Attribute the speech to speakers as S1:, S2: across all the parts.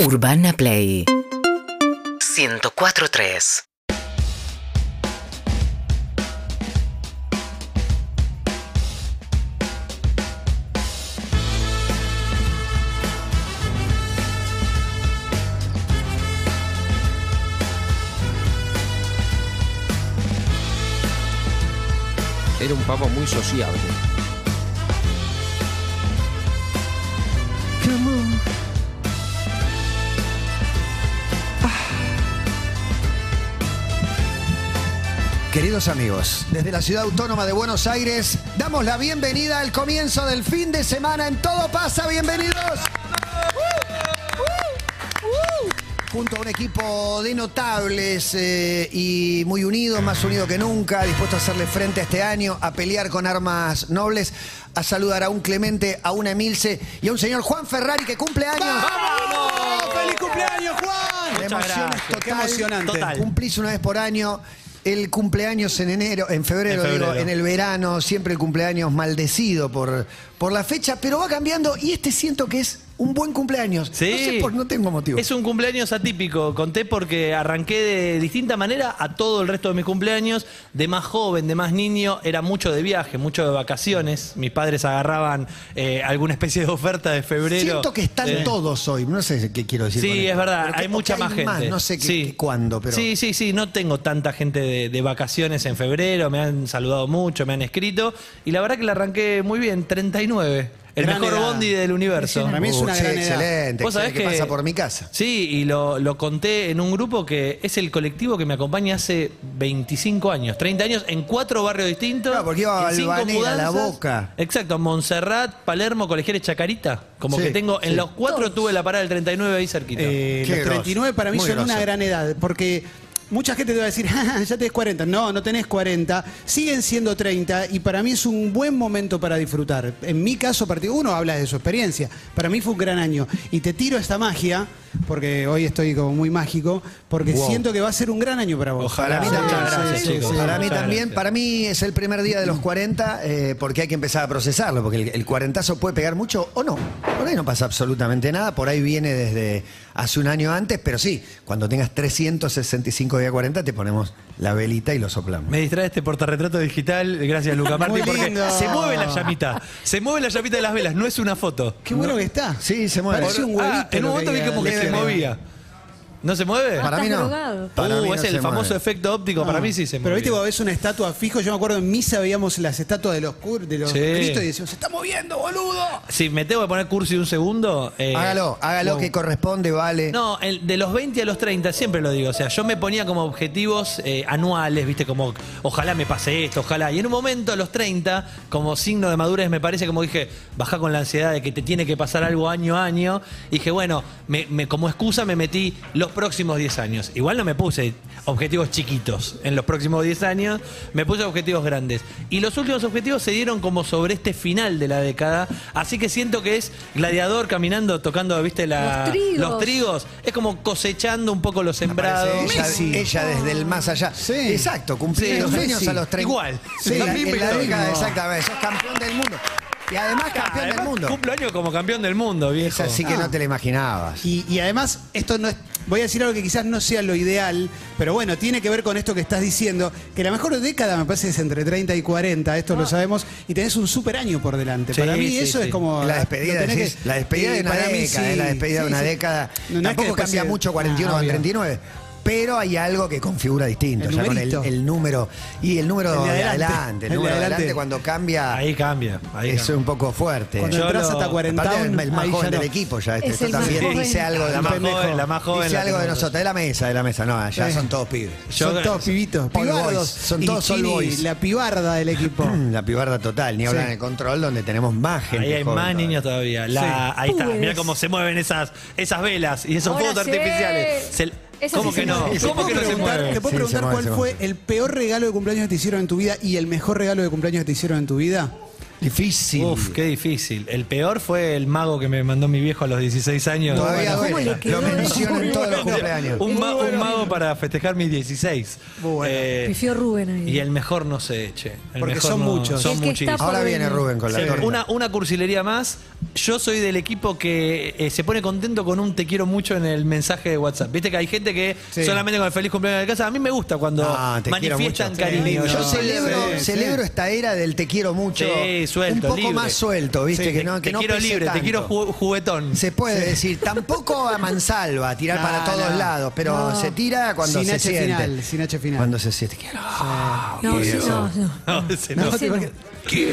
S1: Urbana Play 104.3
S2: Era un papa muy sociable.
S3: Come on.
S4: Queridos amigos, desde la ciudad autónoma de Buenos Aires, damos la bienvenida al comienzo del fin de semana en Todo Pasa. Bienvenidos. Junto a un equipo de notables eh, y muy unidos, más unido que nunca, dispuesto a hacerle frente a este año, a pelear con armas nobles, a saludar a un Clemente, a una Emilce y a un señor Juan Ferrari que cumple años.
S5: ¡Vamos! ¡Feliz cumpleaños,
S4: La
S5: Juan! Muchas
S4: emoción es
S5: gracias.
S4: total.
S5: Qué emocionante.
S4: Total. Cumplís una vez por año. El cumpleaños en enero, en febrero,
S5: En febrero.
S4: digo, en el verano, siempre el cumpleaños maldecido por, por la fecha, pero va cambiando y este siento que es un buen cumpleaños.
S6: Sí.
S4: No sé por- no tengo motivo.
S6: Es un cumpleaños atípico, conté porque arranqué de distinta manera a todo el resto de mis cumpleaños, de más joven, de más niño, era mucho de viaje, mucho de vacaciones, mis padres agarraban eh, alguna especie de oferta de febrero.
S4: siento que están
S6: Sí.
S4: todos hoy. No sé qué quiero decir. con
S6: Sí,
S4: esto.
S6: es verdad,
S4: Pero que-
S6: hay
S4: o
S6: mucha
S4: que
S6: más gente.
S4: No sé qué,
S6: Sí.
S4: qué- cuándo, pero.
S6: Sí, sí, sí, no tengo tanta gente de, de vacaciones en febrero, me han saludado mucho, me han escrito, y la verdad que la arranqué muy bien, 39, el
S5: Gran
S6: mejor
S5: edad.
S6: bondi del universo.
S5: Para mí es
S4: Uh,
S5: una
S4: sí,
S5: gran edad.
S4: excelente.
S6: Vos sabés
S4: excelente, que, pasa por mi casa.
S6: Sí, y lo, lo conté en un grupo que es el colectivo que me acompaña hace 25 años, 30 años, en cuatro barrios distintos.
S4: Claro, porque iba a
S6: en cinco
S4: Balvanera, La
S6: mudanzas.
S4: Boca.
S6: Exacto, Montserrat, Palermo, Colegiales, Chacarita. Como
S4: Sí,
S6: que tengo, en
S4: sí.
S6: los cuatro tuve la parada del 39 ahí cerquita.
S5: Eh,
S4: Qué
S5: los
S4: grosso.
S5: 39 para mí
S4: Muy
S5: son una
S4: grosso.
S5: gran edad, porque mucha gente te va a decir, "Ah, ya tenés 40. No, no tenés 40, siguen siendo 30 y para mí es un buen momento para disfrutar. En mi caso particular, uno habla de su experiencia, para mí fue un gran año y te tiro esta magia, porque hoy estoy como muy mágico, porque
S4: Wow.
S5: siento que va a ser un gran año para vos.
S4: Para
S6: Ojalá.
S4: mí
S6: Muchas
S4: también,
S6: gracias,
S4: sí,
S6: chicos.
S4: sí, para
S6: Muchas
S4: mí
S6: gracias.
S4: también, para mí es el primer día de los 40 eh, porque hay que empezar a procesarlo, porque el, el cuarentazo puede pegar mucho o no. Por ahí no pasa absolutamente nada, por ahí viene desde hace un año antes, pero sí, cuando tengas 365 días 40 te ponemos la velita y lo soplamos.
S6: Me distrae este portarretrato digital, gracias Luca Martín,
S5: Muy
S6: porque
S5: lindo.
S6: se mueve la llamita, se mueve la llamita de las velas, no es una foto.
S5: Qué bueno que está.
S4: Sí, se mueve.
S5: Parece un
S6: Ah,
S5: huevito.
S6: en
S5: lo
S6: un momento vi
S5: diga
S6: como que se
S5: Leve.
S6: movía. ¿No se mueve?
S4: Para mí no.
S3: drogado.
S4: Para
S6: Uh,
S4: mí no
S6: es
S4: se
S6: el famoso
S4: mueve.
S6: efecto óptico, para mí sí se
S5: Pero viste cuando
S6: mueve.
S5: ves una estatua fijo, yo me acuerdo en misa veíamos las estatuas de los cur- de los
S6: Sí.
S5: Cristos y decíamos, se está moviendo, boludo.
S6: Si me tengo que poner cursi un segundo. eh,
S4: Hágalo, hágalo que corresponde, vale.
S6: No, el- de los 20 a los 30, siempre lo digo. O sea, yo me ponía como objetivos eh, anuales, viste, como ojalá me pase esto, ojalá. Y en un momento, a los 30, como signo de madurez, me parece como dije, baja con la ansiedad de que te tiene que pasar algo año a año. Y dije, bueno, me- me- como excusa me metí los próximos 10 años. Igual no me puse objetivos chiquitos en los próximos 10 años, me puse objetivos grandes. Y los últimos objetivos se dieron como sobre este final de la década. Así que siento que es gladiador caminando, tocando, viste, la,
S3: Los trigos.
S6: trigos. Es como cosechando un poco los sembrados.
S4: Parece ella,
S5: Messi.
S4: ella desde el más allá.
S5: Sí.
S4: Exacto, cumplir
S6: Sí,
S4: los
S6: Messi.
S4: sueños a los 30.
S6: Igual.
S4: Sí,
S5: La
S4: la-
S5: misma
S4: en la
S5: historia.
S4: década,
S5: No.
S4: exactamente. Sos campeón del mundo. Y además campeón
S6: Además,
S4: del mundo.
S6: Cumplo año como campeón del mundo,
S4: Es
S6: viejo.
S4: así que no te lo imaginabas.
S5: Y, y además, esto no es. Voy a decir algo que quizás no sea lo ideal, pero bueno, tiene que ver con esto que estás diciendo, que la mejor década me parece es entre 30 y 40, esto lo sabemos, y tenés un super año por delante.
S6: Ah. Sí,
S5: para mí
S6: sí,
S5: eso
S6: sí.
S5: es como...
S4: La
S5: lo
S4: despedida,
S5: tenés
S4: decís,
S5: que-
S4: la despedida
S5: Sí,
S4: de una
S5: para mí
S4: década,
S5: sí,
S4: es la despedida
S5: sí,
S4: de una
S5: sí.
S4: década.
S5: No, no es que
S4: Tampoco
S5: después
S4: cambia
S5: se-
S4: mucho 41
S5: Ah,
S4: a
S5: obvio.
S4: 39, pero hay algo que configura distinto,
S5: El
S4: ya con el,
S5: numerito.
S4: el número y el número
S5: El de
S4: de
S5: adelante.
S4: adelante. El
S5: El de
S4: número de adelante
S5: adelante.
S4: cuando cambia
S6: Ahí cambia. Ahí
S4: es
S6: cambia.
S4: un poco fuerte.
S5: Cuando
S6: Yo
S5: entras
S6: lo-
S5: hasta 40,
S4: Aparte, el, el más
S5: ahí ya
S4: joven del
S5: no.
S4: equipo ya, este,
S3: Es
S4: esto
S3: el más
S4: también
S3: joven.
S4: dice algo de
S6: La más joven, la más joven,
S4: Dice
S6: la
S4: algo de
S6: tenemos.
S4: nosotros, de la mesa, de la mesa, no, ya
S5: Eh.
S4: son todos pibes.
S6: Yo-
S5: son todos pibitos,
S4: All boys,
S5: pibardos.
S4: son
S5: Y
S4: todos all
S5: Chini,
S4: boys.
S5: La pibarda del equipo.
S4: La pibarda total, ni hablar
S5: Sí.
S4: en el control donde tenemos más gente.
S6: Ahí hay
S4: joven
S6: más
S4: todavía.
S6: niños todavía. La-
S5: Sí.
S6: Ahí está.
S3: Pues.
S6: Mira cómo se mueven esas, esas velas y esos
S3: Ahora
S6: fuegos
S3: sí.
S6: artificiales. Se-
S3: Eso
S6: ¿Cómo
S3: sí
S6: que
S3: se
S6: no?
S3: mueve.
S5: ¿Te
S6: ¿Cómo
S5: puedo
S6: que no se
S5: preguntar-
S6: mueve?
S5: Te puedo
S4: Sí, se
S5: preguntar
S4: mueve,
S5: cuál
S4: se
S5: fue
S4: mueve.
S5: el peor regalo de cumpleaños que te hicieron en tu vida y el mejor regalo de cumpleaños que te hicieron en tu vida.
S4: Difícil.
S6: Uf, qué difícil. El peor fue el mago que me mandó mi viejo a los 16 años.
S4: Todavía
S1: ¿Cómo
S4: duele.
S1: le quedó
S4: Lo
S1: eso?
S4: mencionan todos los
S6: Bueno,
S4: cumpleaños.
S6: Un, ma- un mago para festejar mis 16. Eh,
S1: Pifió Rubén ahí.
S6: y el mejor no sé, che. El
S5: Porque
S6: mejor
S5: son
S6: no-
S5: muchos.
S6: Son
S1: El que
S6: muchísimos.
S1: está
S4: Ahora viene Rubén con la
S6: Sí,
S4: torta.
S6: una, una cursilería más. Yo soy del equipo que eh, se pone contento con un te quiero mucho en el mensaje de WhatsApp. Viste que hay gente que
S5: Sí.
S6: solamente con el feliz cumpleaños de casa. A mí me gusta cuando
S4: Ah, te quiero
S6: manifiestan
S4: mucho.
S6: cariño.
S4: Yo
S5: No,
S4: celebro,
S5: sí,
S4: celebro esta era del te quiero mucho.
S6: Sí, suelto,
S4: Un poco
S6: libre.
S4: más suelto, ¿viste?
S6: Sí,
S4: que
S6: te-
S4: no, que
S6: te
S4: no
S6: quiero
S4: pese
S6: libre, te
S4: tanto.
S6: quiero ju- juguetón.
S4: Se puede decir, tampoco a mansalva, tirar
S5: No,
S4: para todos
S5: no.
S4: lados, pero
S5: No.
S4: se tira cuando
S5: Sin
S4: se
S5: H
S4: siente.
S5: final, sin H final.
S4: Cuando se siente, quiero.
S1: No, ese no, no.
S6: No, ese
S5: No,
S6: no.
S1: ese
S5: porque-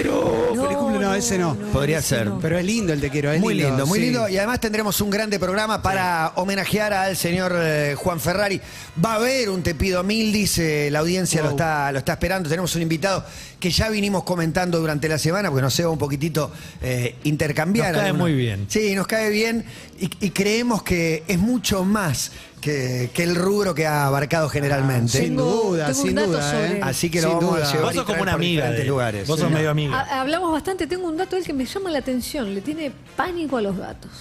S1: No,
S5: feliz cumple, no, ese no.
S4: Podría
S1: ese
S4: ser.
S1: no.
S5: Pero es lindo el te quiero, es
S4: Muy lindo, muy
S5: sí.
S4: lindo. Y además tendremos un grande programa para homenajear al señor eh, Juan Ferrari. Va a haber un Te pido Mildis, eh, la audiencia lo,
S5: Wow.
S4: está, lo está esperando. Tenemos un invitado que ya vinimos comentando durante la semana, porque nos se va un poquitito eh, intercambiar.
S6: Nos cae muy bien.
S4: Sí, nos cae bien y, y creemos que es mucho más que, que el rubro que ha abarcado
S6: Ah,
S4: generalmente.
S5: Sin
S1: Tengo-
S5: duda,
S1: tengo un
S5: sin
S1: dato
S5: duda.
S1: sobre
S5: ¿eh?
S1: él.
S4: Así que lo
S5: Sin
S4: vamos a
S5: duda.
S4: llevar.
S6: Vos sos como
S4: traer
S6: una
S4: por
S6: amiga.
S4: diferentes
S6: de-
S4: lugares,
S6: Vos
S4: sí.
S6: sos medio amiga.
S1: Ha- hablamos bastante, tengo un dato de él que me llama la atención, le tiene pánico a los gatos.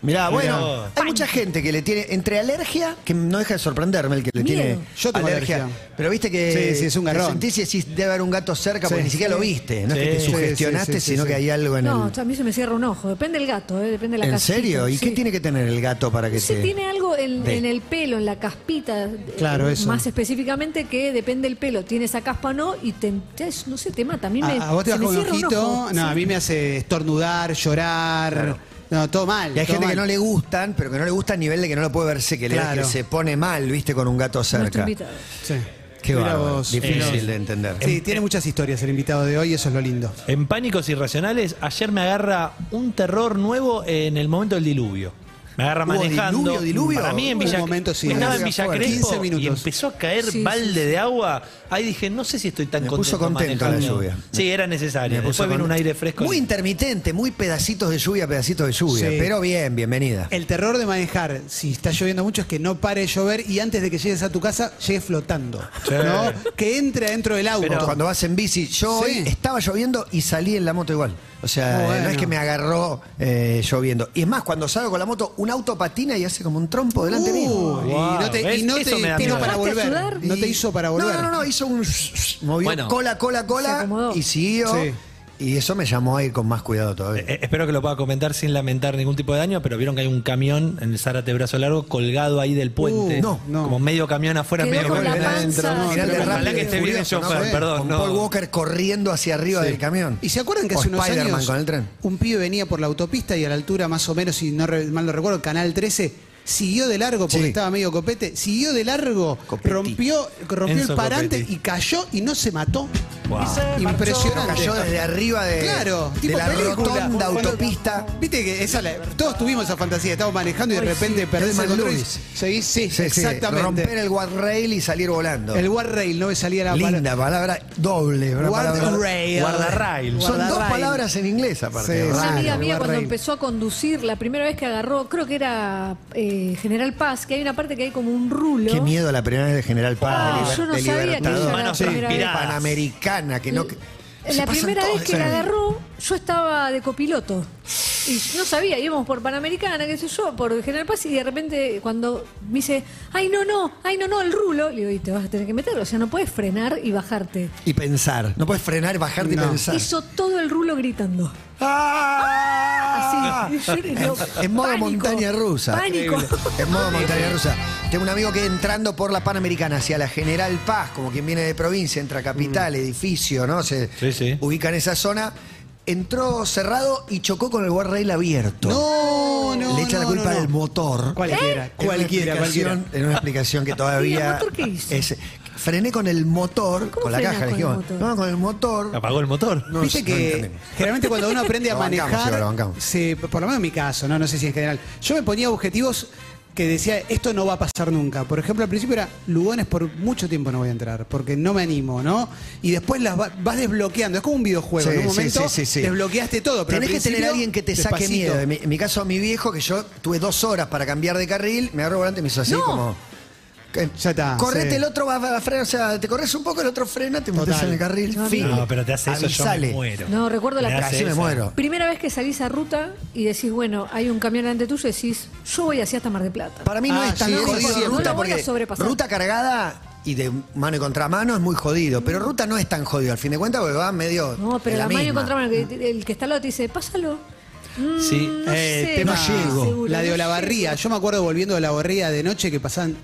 S4: Mirá, bueno,
S6: vos.
S4: hay mucha gente que le tiene, entre alergia, que no deja de sorprenderme el que le
S1: Miedo.
S4: tiene
S5: Yo tengo alergia.
S4: Pero viste que
S5: Sí, sí, es un
S4: te
S5: garrón.
S4: sentís y decís, debe haber un gato cerca,
S5: Sí.
S4: porque ni siquiera lo viste. No es que te
S6: Sí. Sí,
S4: sugestionaste,
S5: sí, sí,
S4: sino
S5: sí.
S4: que hay algo en
S1: No,
S4: el...
S1: a mí se me cierra un ojo, depende del gato, eh, depende de la
S4: ¿En
S1: casita.
S4: serio? ¿Y
S1: Sí.
S4: qué tiene que tener el gato para que
S1: Sí,
S4: te...?
S1: tiene algo en,
S4: Sí.
S1: en el pelo, en la caspita. eh,
S5: Claro, eso.
S1: Más específicamente que depende del pelo. Tiene esa caspa o no y te, te- no sé, te mata. A mí me.
S5: A, a vos te
S1: se
S5: vas
S1: me
S5: con un
S1: cierra un
S5: ojito,
S1: ojo.
S5: no,
S1: Sí.
S5: a mí me hace estornudar, llorar, no, todo mal.
S4: Y hay
S5: todo
S4: gente que no
S5: mal.
S4: le gustan, pero que no le gusta a nivel de que no lo puede verse, que, le-
S5: Claro.
S4: que se pone mal, viste, con un gato
S1: Nuestro
S4: cerca.
S1: invitado.
S5: Sí.
S4: Qué
S5: Mirá
S4: bárbaro,
S5: vos,
S4: difícil
S5: mirá vos.
S4: de entender.
S5: Sí, tiene muchas historias el invitado de hoy, eso es lo lindo.
S6: En Pánicos Irracionales, ayer me agarra un terror nuevo en el momento del diluvio. Me agarra
S4: ¿Hubo
S6: manejando.
S4: diluvio, diluvio?
S6: Para mí en
S4: Un
S6: Villa
S5: momento, sí.
S6: Estaba en Villa
S4: Fuerte.
S6: Crespo
S5: 15 minutos.
S6: y empezó a caer
S1: Sí, sí,
S6: balde de agua. Ahí dije, no sé si estoy tan
S4: Me puso
S6: contento.
S4: contento la
S6: manejando.
S4: lluvia.
S6: Sí, era
S4: Me
S6: necesario.
S4: puso
S6: Después vino
S4: con-
S6: un aire fresco.
S4: Muy intermitente, muy pedacitos de lluvia, pedacitos de lluvia.
S5: Sí.
S4: Pero bien, bienvenida.
S5: El terror de manejar, si está lloviendo mucho, es que no pare de llover y antes de que llegues a tu casa, llegues flotando.
S6: Sí.
S5: ¿no? Que entre adentro del auto.
S6: Pero-
S4: Cuando vas en bici, yo
S5: Sí.
S4: hoy estaba lloviendo y salí en la moto igual. O sea,
S5: Muy bueno.
S4: no es que me agarró eh, lloviendo. Y es más, cuando salgo con la moto, un auto patina y hace como un trompo delante
S5: Uy,
S4: mío.
S5: y no te,
S6: ¿ves?
S5: y no
S6: Eso
S5: te
S6: me da
S5: hizo
S6: miedo.
S5: para
S1: ¿Bajaste a
S5: volver.
S1: ayudar?
S5: No te hizo para volver.
S4: No, no, no, hizo un... Movió
S6: Bueno.
S4: cola, cola,
S1: Se
S4: cola
S1: acomodó.
S4: y siguió.
S5: Sí.
S4: Y eso me llamó a ir con más cuidado todavía.
S6: Eh, espero que lo pueda comentar sin lamentar ningún tipo de daño, pero vieron que hay un camión en el Zárate Brazo Largo colgado ahí del puente.
S5: Uh, no, no.
S6: Como medio camión afuera,
S1: Quedó
S6: medio
S1: con la
S6: camión adentro.
S1: panza.
S4: Mirá el
S5: pero
S4: de
S5: ojalá
S4: Rápido
S6: que
S4: y
S6: esté bien el
S4: Furioso,
S6: chofer,
S4: sé,
S6: perdón,
S4: Con
S6: no.
S4: Paul Walker corriendo hacia arriba del camión.
S5: ¿Y se acuerdan que
S4: O
S5: hace unos
S4: Spider-Man
S5: años
S4: con el tren.
S5: un pibe venía por la autopista y a la altura más o menos, si no re- mal no recuerdo, Canal 13, siguió de largo porque
S4: Sí.
S5: estaba medio copete, siguió de largo,
S4: Copetti.
S5: rompió, rompió
S6: Enzo
S5: el parante
S6: Copetti.
S5: y cayó y no se mató.
S6: Wow.
S4: Pero
S5: Impresionante.
S4: cayó desde arriba de,
S5: Claro,
S4: de
S5: tipo
S4: la
S5: película.
S4: rotonda
S5: Cuando-
S4: autopista.
S5: Viste que esa la- todos tuvimos esa fantasía, estábamos manejando y de
S1: Ay,
S5: repente perdés el
S4: Thelma
S5: control. y
S4: Lewis.
S5: Seguís, sí,
S4: Sí, sí,
S5: exactamente.
S4: Romper el guardrail y salir volando.
S5: el, guard rail, no me salía la palabra.
S4: Linda palabra, doble. una palabra-
S5: Guardrail.
S6: Guardarrail.
S4: Son dos
S5: Guardarrail.
S4: palabras en inglés aparte.
S5: Sí,
S4: Raro.
S1: Una amiga mía cuando
S4: Guardrail.
S1: empezó a conducir, la primera vez que agarró, creo que era eh, General Paz, que hay una parte que hay como un rulo.
S4: Qué miedo la primera vez de General Paz,
S1: Ah,
S4: de,
S1: yo no
S4: de
S1: sabía que
S4: Libertador.
S1: ella era la
S4: Sí,
S1: primera vez.
S4: Panamericana, que no... que- se
S1: La
S4: pasan
S1: primera vez
S4: todos
S1: que la
S4: en-
S1: agarró, yo estaba de copiloto. Y no sabía, íbamos por Panamericana, qué sé yo, por General Paz, y de repente cuando me dice, ay, no, no, ay, no, no, el rulo, le digo, y te vas a tener que meter, o sea, no puedes frenar y bajarte.
S4: Y pensar. No puedes frenar, bajarte y
S5: No.
S4: pensar.
S1: Hizo todo el rulo gritando.
S4: ¡Ah!
S1: Así. Y yo le digo,
S4: En modo
S1: pánico,
S4: montaña rusa.
S1: Pánico.
S4: En modo montaña rusa. Tengo un amigo que entrando por la Panamericana hacia la General Paz, como quien viene de provincia, entra a capital,
S1: Mm.
S4: edificio, ¿no? Se
S6: Sí, sí.
S4: ubica en esa zona. Entró cerrado y chocó con el guardrail abierto.
S5: No, no.
S4: Le echa la
S5: no,
S4: culpa
S5: no, no.
S4: del motor.
S5: Cualquiera,
S4: En una
S5: cualquiera,
S4: explicación-
S5: cualquiera.
S4: En una explicación que
S1: ¿Y el
S4: todavía.
S1: motor qué hizo?
S4: es- frené con el motor,
S1: ¿Cómo
S4: con la
S1: frenás
S4: caja,
S1: con el
S4: dijimos.
S1: motor?
S4: No, con el motor.
S6: Apagó el motor.
S4: No,
S5: Viste
S4: no
S5: que
S4: entendemos.
S5: generalmente cuando uno aprende a
S4: Lo bancamos, Seba, lo
S5: manejar,
S4: bancamos.
S5: se- por lo menos en mi caso, no, no sé si en general, yo me ponía objetivos que decía esto no va a pasar nunca. Por ejemplo, al principio era Lugones por mucho tiempo no voy a entrar, porque no me animo, ¿no? Y después las va- vas desbloqueando, es como un videojuego,
S4: Sí,
S5: en un
S4: sí,
S5: momento
S4: sí, sí, sí.
S5: desbloqueaste todo, pero al
S4: Tenés que tener
S5: principio,
S4: alguien que te saque
S5: despacito.
S4: miedo. En mi, en mi caso, mi viejo, que yo tuve dos horas para cambiar de carril, me agarró volante y me hizo así
S1: No.
S4: como. Eh,
S5: Ya está,
S4: Correte
S5: sí.
S4: el otro, vas a frenar, o sea, te corres un poco, el otro frena, te metes
S5: Total.
S4: en el carril. fin.
S6: No, pero te hace eso,
S4: Avisale.
S6: yo me muero.
S1: No, recuerdo la
S6: Me hace
S4: Casi me
S6: esa.
S4: muero.
S1: Primera vez que salís a ruta y decís, bueno, hay un camión ante tuyo, decís, yo voy hacia hasta Mar de Plata.
S4: Para mí no
S5: Ah,
S4: es tan
S5: sí, eso
S4: jodido
S5: sí, no
S4: ruta
S1: la voy a
S4: porque
S1: sobrepasar.
S4: ruta cargada y de mano y contramano es muy jodido, pero ruta no es tan jodido al fin de cuentas porque va medio
S1: No, pero
S4: en
S1: la, mano
S4: misma. Mm.
S1: contra mano, que- el que está al lado te dice, pásalo. Mm,
S6: Sí.
S1: no
S5: Eh,
S1: sé,
S5: tema-
S1: no estoy segura,
S5: La de
S1: Ah, no
S5: Olavarría. Yo me acuerdo volviendo de Olavarría de noche que pasaban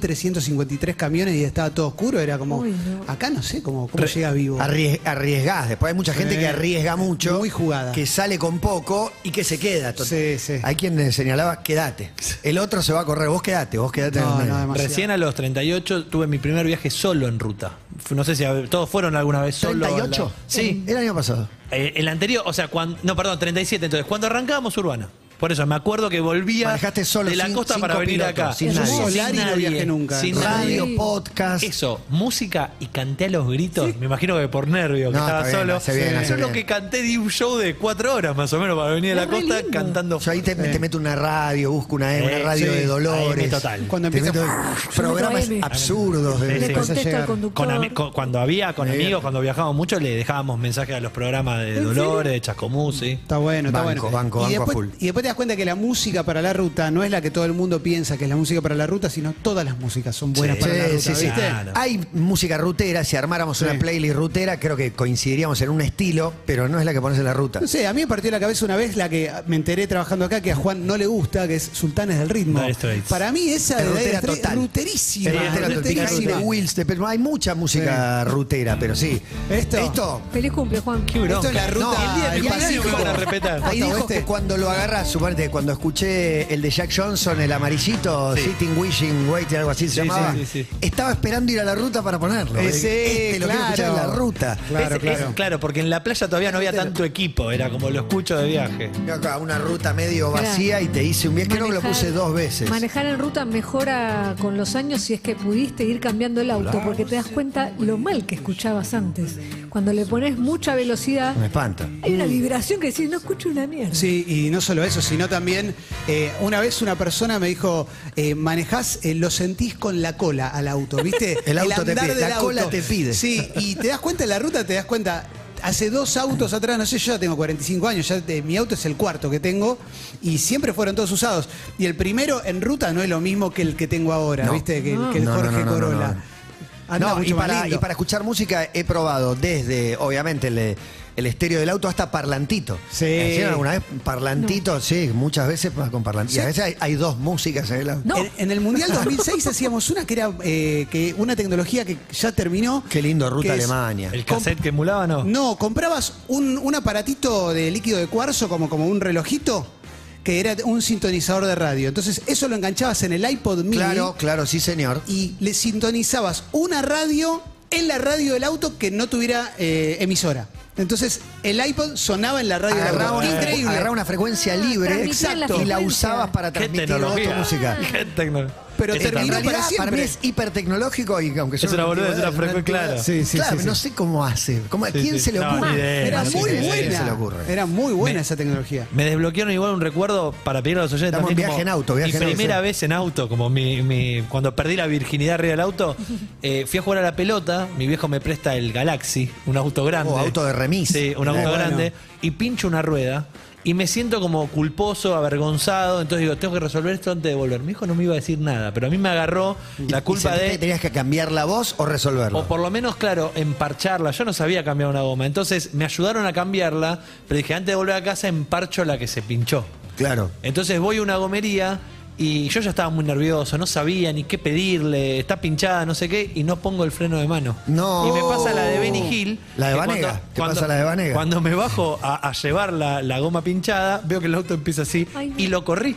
S5: 8.353 camiones y estaba todo oscuro. Era como,
S1: Uy, no.
S5: acá no sé cómo, cómo llegas vivo.
S4: Arries- Arriesgás, después hay mucha gente
S5: Sí.
S4: que arriesga mucho,
S5: Muy jugada.
S4: que sale con poco y que se queda.
S5: Sí, sí.
S4: Hay quien le señalaba, quedate. El otro se va a correr, vos quedate, vos quedate en
S5: No,
S4: el medio.
S5: no, demasiado.
S6: Recién a los 38 tuve mi primer viaje solo en ruta. F- No sé si a- todos fueron alguna vez solo. en la-
S4: ¿38?
S6: Sí.
S4: El año pasado.
S6: Eh, el anterior, o sea, cuando, no, perdón, 37. Entonces, cuando arrancábamos Urbana. Por eso, me acuerdo que volvía
S4: Manejaste solo,
S6: de la
S4: sin-
S6: costa
S4: cinco
S6: para venir
S4: pilotos,
S6: acá.
S4: sin
S5: Yo
S4: nadie.
S5: Solari no viajé nunca.
S6: Sin nadie.
S4: Radio, podcast.
S6: Eso, música y canté a los gritos. Me imagino que por nervio, que
S4: No,
S6: estaba
S4: está bien,
S6: solo.
S4: hace bien,
S6: Yo
S4: hace
S6: lo
S4: bien.
S6: que canté di un show de cuatro horas más o menos para venir a la
S1: Es re
S6: costa
S1: lindo.
S6: cantando.
S4: Yo ahí te, te meto una radio, busco una, E,
S6: Eh,
S4: una radio
S6: sí,
S4: de
S6: ahí
S4: Dolores.
S6: me total.
S5: Cuando
S4: Te
S5: empieza-
S4: meto programas
S1: Yo meto AM.
S4: absurdos. de-
S6: Sí,
S1: Le
S6: sí.
S4: empezás a
S1: contesto al
S4: llegar.
S1: conductor.
S6: Con ami- con- cuando había con
S4: Bien.
S6: amigos, cuando viajábamos mucho, le dejábamos mensajes a los programas de
S1: ¿En
S6: Dolores, de Chascomús, sí.
S5: Está bueno, está
S4: Banco,
S5: bueno.
S4: banco, banco
S5: y,
S4: a
S5: después,
S4: full.
S5: y después te das cuenta que la música para la ruta no es la que todo el mundo piensa que es la música para la ruta, sino todas las músicas son buenas
S6: Sí,
S5: para la
S4: Sí,
S5: ruta,
S4: sí, sí.
S5: ¿viste?
S6: Claro.
S4: Hay música rutera, si armáramos una
S5: Sí.
S4: playlist rutera, creo que coincidiríamos en un estilo, pero no es la que pones en la ruta.
S5: No sé, a mí me partió la cabeza una vez la que me enteré trabajando acá que a Juan no le gusta, que es Sultanes del Ritmo.
S6: Dire Straits.
S5: Para mí
S4: Es
S5: esa de Dire
S4: rutera
S5: Straits
S4: total.
S5: ruterísima.
S4: Es rutera total.
S5: ruterísima.
S4: Behind the Wheels, de- pero hay mucha música rutera, pero sí.
S5: Esto.
S4: Esto
S1: Feliz cumple, Juan.
S6: Qué bronca.
S5: Esto es la ruta.
S4: No,
S5: el día de
S6: el
S5: mi
S6: paseo
S5: cumpleaños
S6: que
S5: me
S6: van a
S5: van a
S6: respetar.
S5: respetar.
S4: Hay
S5: Posta,
S4: discos
S5: oeste.
S4: que cuando lo agarras, suponete, cuando escuché el de Jack Johnson, el amarillito, Sitting, Wishing, Waiting, algo así se
S6: Sí,
S4: llamaba,
S6: sí, sí, sí.
S4: estaba esperando ir a la ruta para ponerlo.
S5: Eh, sí,
S4: este lo quiero escuchar en la
S5: claro.
S4: ruta.
S5: Claro,
S6: Es-
S5: claro.
S6: es- claro, porque en la playa todavía no había tanto equipo, era como lo escucho de viaje.
S4: Yo acá, una ruta medio vacía y te hice un viaje, creo que lo puse dos veces.
S1: Manejar en ruta mejora con los años si es que pudiste ir cambiando el auto, porque te das cuenta lo mal que escuchabas antes. Cuando le pones mucha velocidad,
S4: Me espanta.
S1: hay una vibración que decís, no escucho una mierda.
S5: Sí, y no solo eso, sino también eh, una vez una persona me dijo, eh, manejás, eh, lo sentís con la cola al auto, ¿viste?
S4: El auto te
S5: andar
S4: pide,
S5: del
S4: la cola te pide.
S5: Sí, y te das cuenta en la ruta, te das cuenta, hace dos autos atrás, no sé, yo ya tengo 45 años, ya eh, mi auto es el cuarto que tengo, y siempre fueron todos usados. Y el primero en ruta no es lo mismo que el que tengo ahora,
S4: No.
S5: ¿viste? Que, el- que el
S4: No, no,
S5: Jorge
S4: no, no, no,
S5: Corolla.
S4: no.
S5: Anda
S4: Ah, no, y
S5: mucho más
S4: para,
S5: lindo.
S4: y para escuchar música he probado desde, obviamente, el, el estéreo del auto hasta parlantito.
S5: Sí.
S4: ¿Hicieron alguna vez parlantito? Sí, muchas veces con parlantito. Y a veces hay, hay dos músicas en el auto.
S1: No.
S5: En, en el Mundial 2006 hacíamos una que era eh, que una tecnología que ya terminó.
S4: Qué lindo, ruta
S5: que es-
S4: Alemania.
S6: El cassette que emulaba, ¿no?
S5: No, comprabas un, un aparatito de líquido de cuarzo, como, como un relojito, que era un sintonizador de radio. Entonces, eso lo enganchabas en el iPod mini
S4: Claro, claro, sí, señor.
S5: y le sintonizabas una radio en la radio del auto que no tuviera eh, emisora. Entonces, el iPod sonaba en la radio del
S4: Agarraba
S5: auto.
S4: una,
S5: Increíble. Ah,
S4: agarraba una frecuencia libre
S1: transmitía la
S4: y la
S1: frecuencia.
S4: usabas para
S6: Qué
S4: transmitir
S6: tecnología.
S4: otra
S5: Ah.
S4: música.
S6: Qué tecnología.
S5: Pero
S6: Eso
S4: En
S5: terminó
S6: también.
S4: realidad,
S5: para
S4: para
S5: siempre.
S4: mí es hipertecnológico y aunque yo
S6: Es una
S4: no
S6: boludez,
S4: antigüedad,
S6: es una frecuencia,
S4: antigüedad.
S5: claro. Sí, sí,
S4: Claro,
S5: sí, sí.
S4: no sé cómo hace. ¿Cómo- ¿A
S6: Sí,
S4: quién
S6: sí.
S4: se le
S6: No,
S4: ocurre?
S6: ni idea,
S5: Era
S6: no sé
S5: muy
S6: qué-
S4: se le
S5: buena.
S4: ocurre?
S5: Era muy buena esa tecnología.
S6: Me desbloquearon igual un recuerdo para pedir a los oyentes.
S4: Estamos en
S6: también como
S4: viaje en auto, viaje
S6: mi
S4: en auto,
S6: primera
S4: sí.
S6: vez en auto, como mi, mi- cuando perdí la virginidad arriba del auto, eh, fui a jugar a la pelota. Mi viejo me presta el Galaxy, un auto grande.
S4: Oh, auto de remis.
S6: Sí, un auto
S4: Bueno.
S6: grande. Y pincho una rueda. Y me siento como culposo, avergonzado. Entonces digo, tengo que resolver esto antes de volver. Mi hijo no me iba a decir nada, pero a mí me agarró la
S4: ¿Y
S6: culpa
S4: sentiste que
S6: de.
S4: tenías que cambiar la voz o resolverlo.
S6: O por lo menos, claro, emparcharla. Yo no sabía cambiar una goma. Entonces me ayudaron a cambiarla, pero dije, antes de volver a casa, emparcho la que se pinchó.
S4: Claro.
S6: Entonces voy a una gomería y yo ya estaba muy nervioso, no sabía ni qué pedirle, está pinchada, no sé qué, y no pongo el freno de mano.
S4: No.
S6: Y me pasa la de Benny Hill.
S4: La de
S6: que
S4: Vanega, te pasa la de Vanega.
S6: Cuando me bajo a, a llevar la, la goma pinchada, veo que el auto empieza así
S1: Ay, no.
S6: y lo corrí.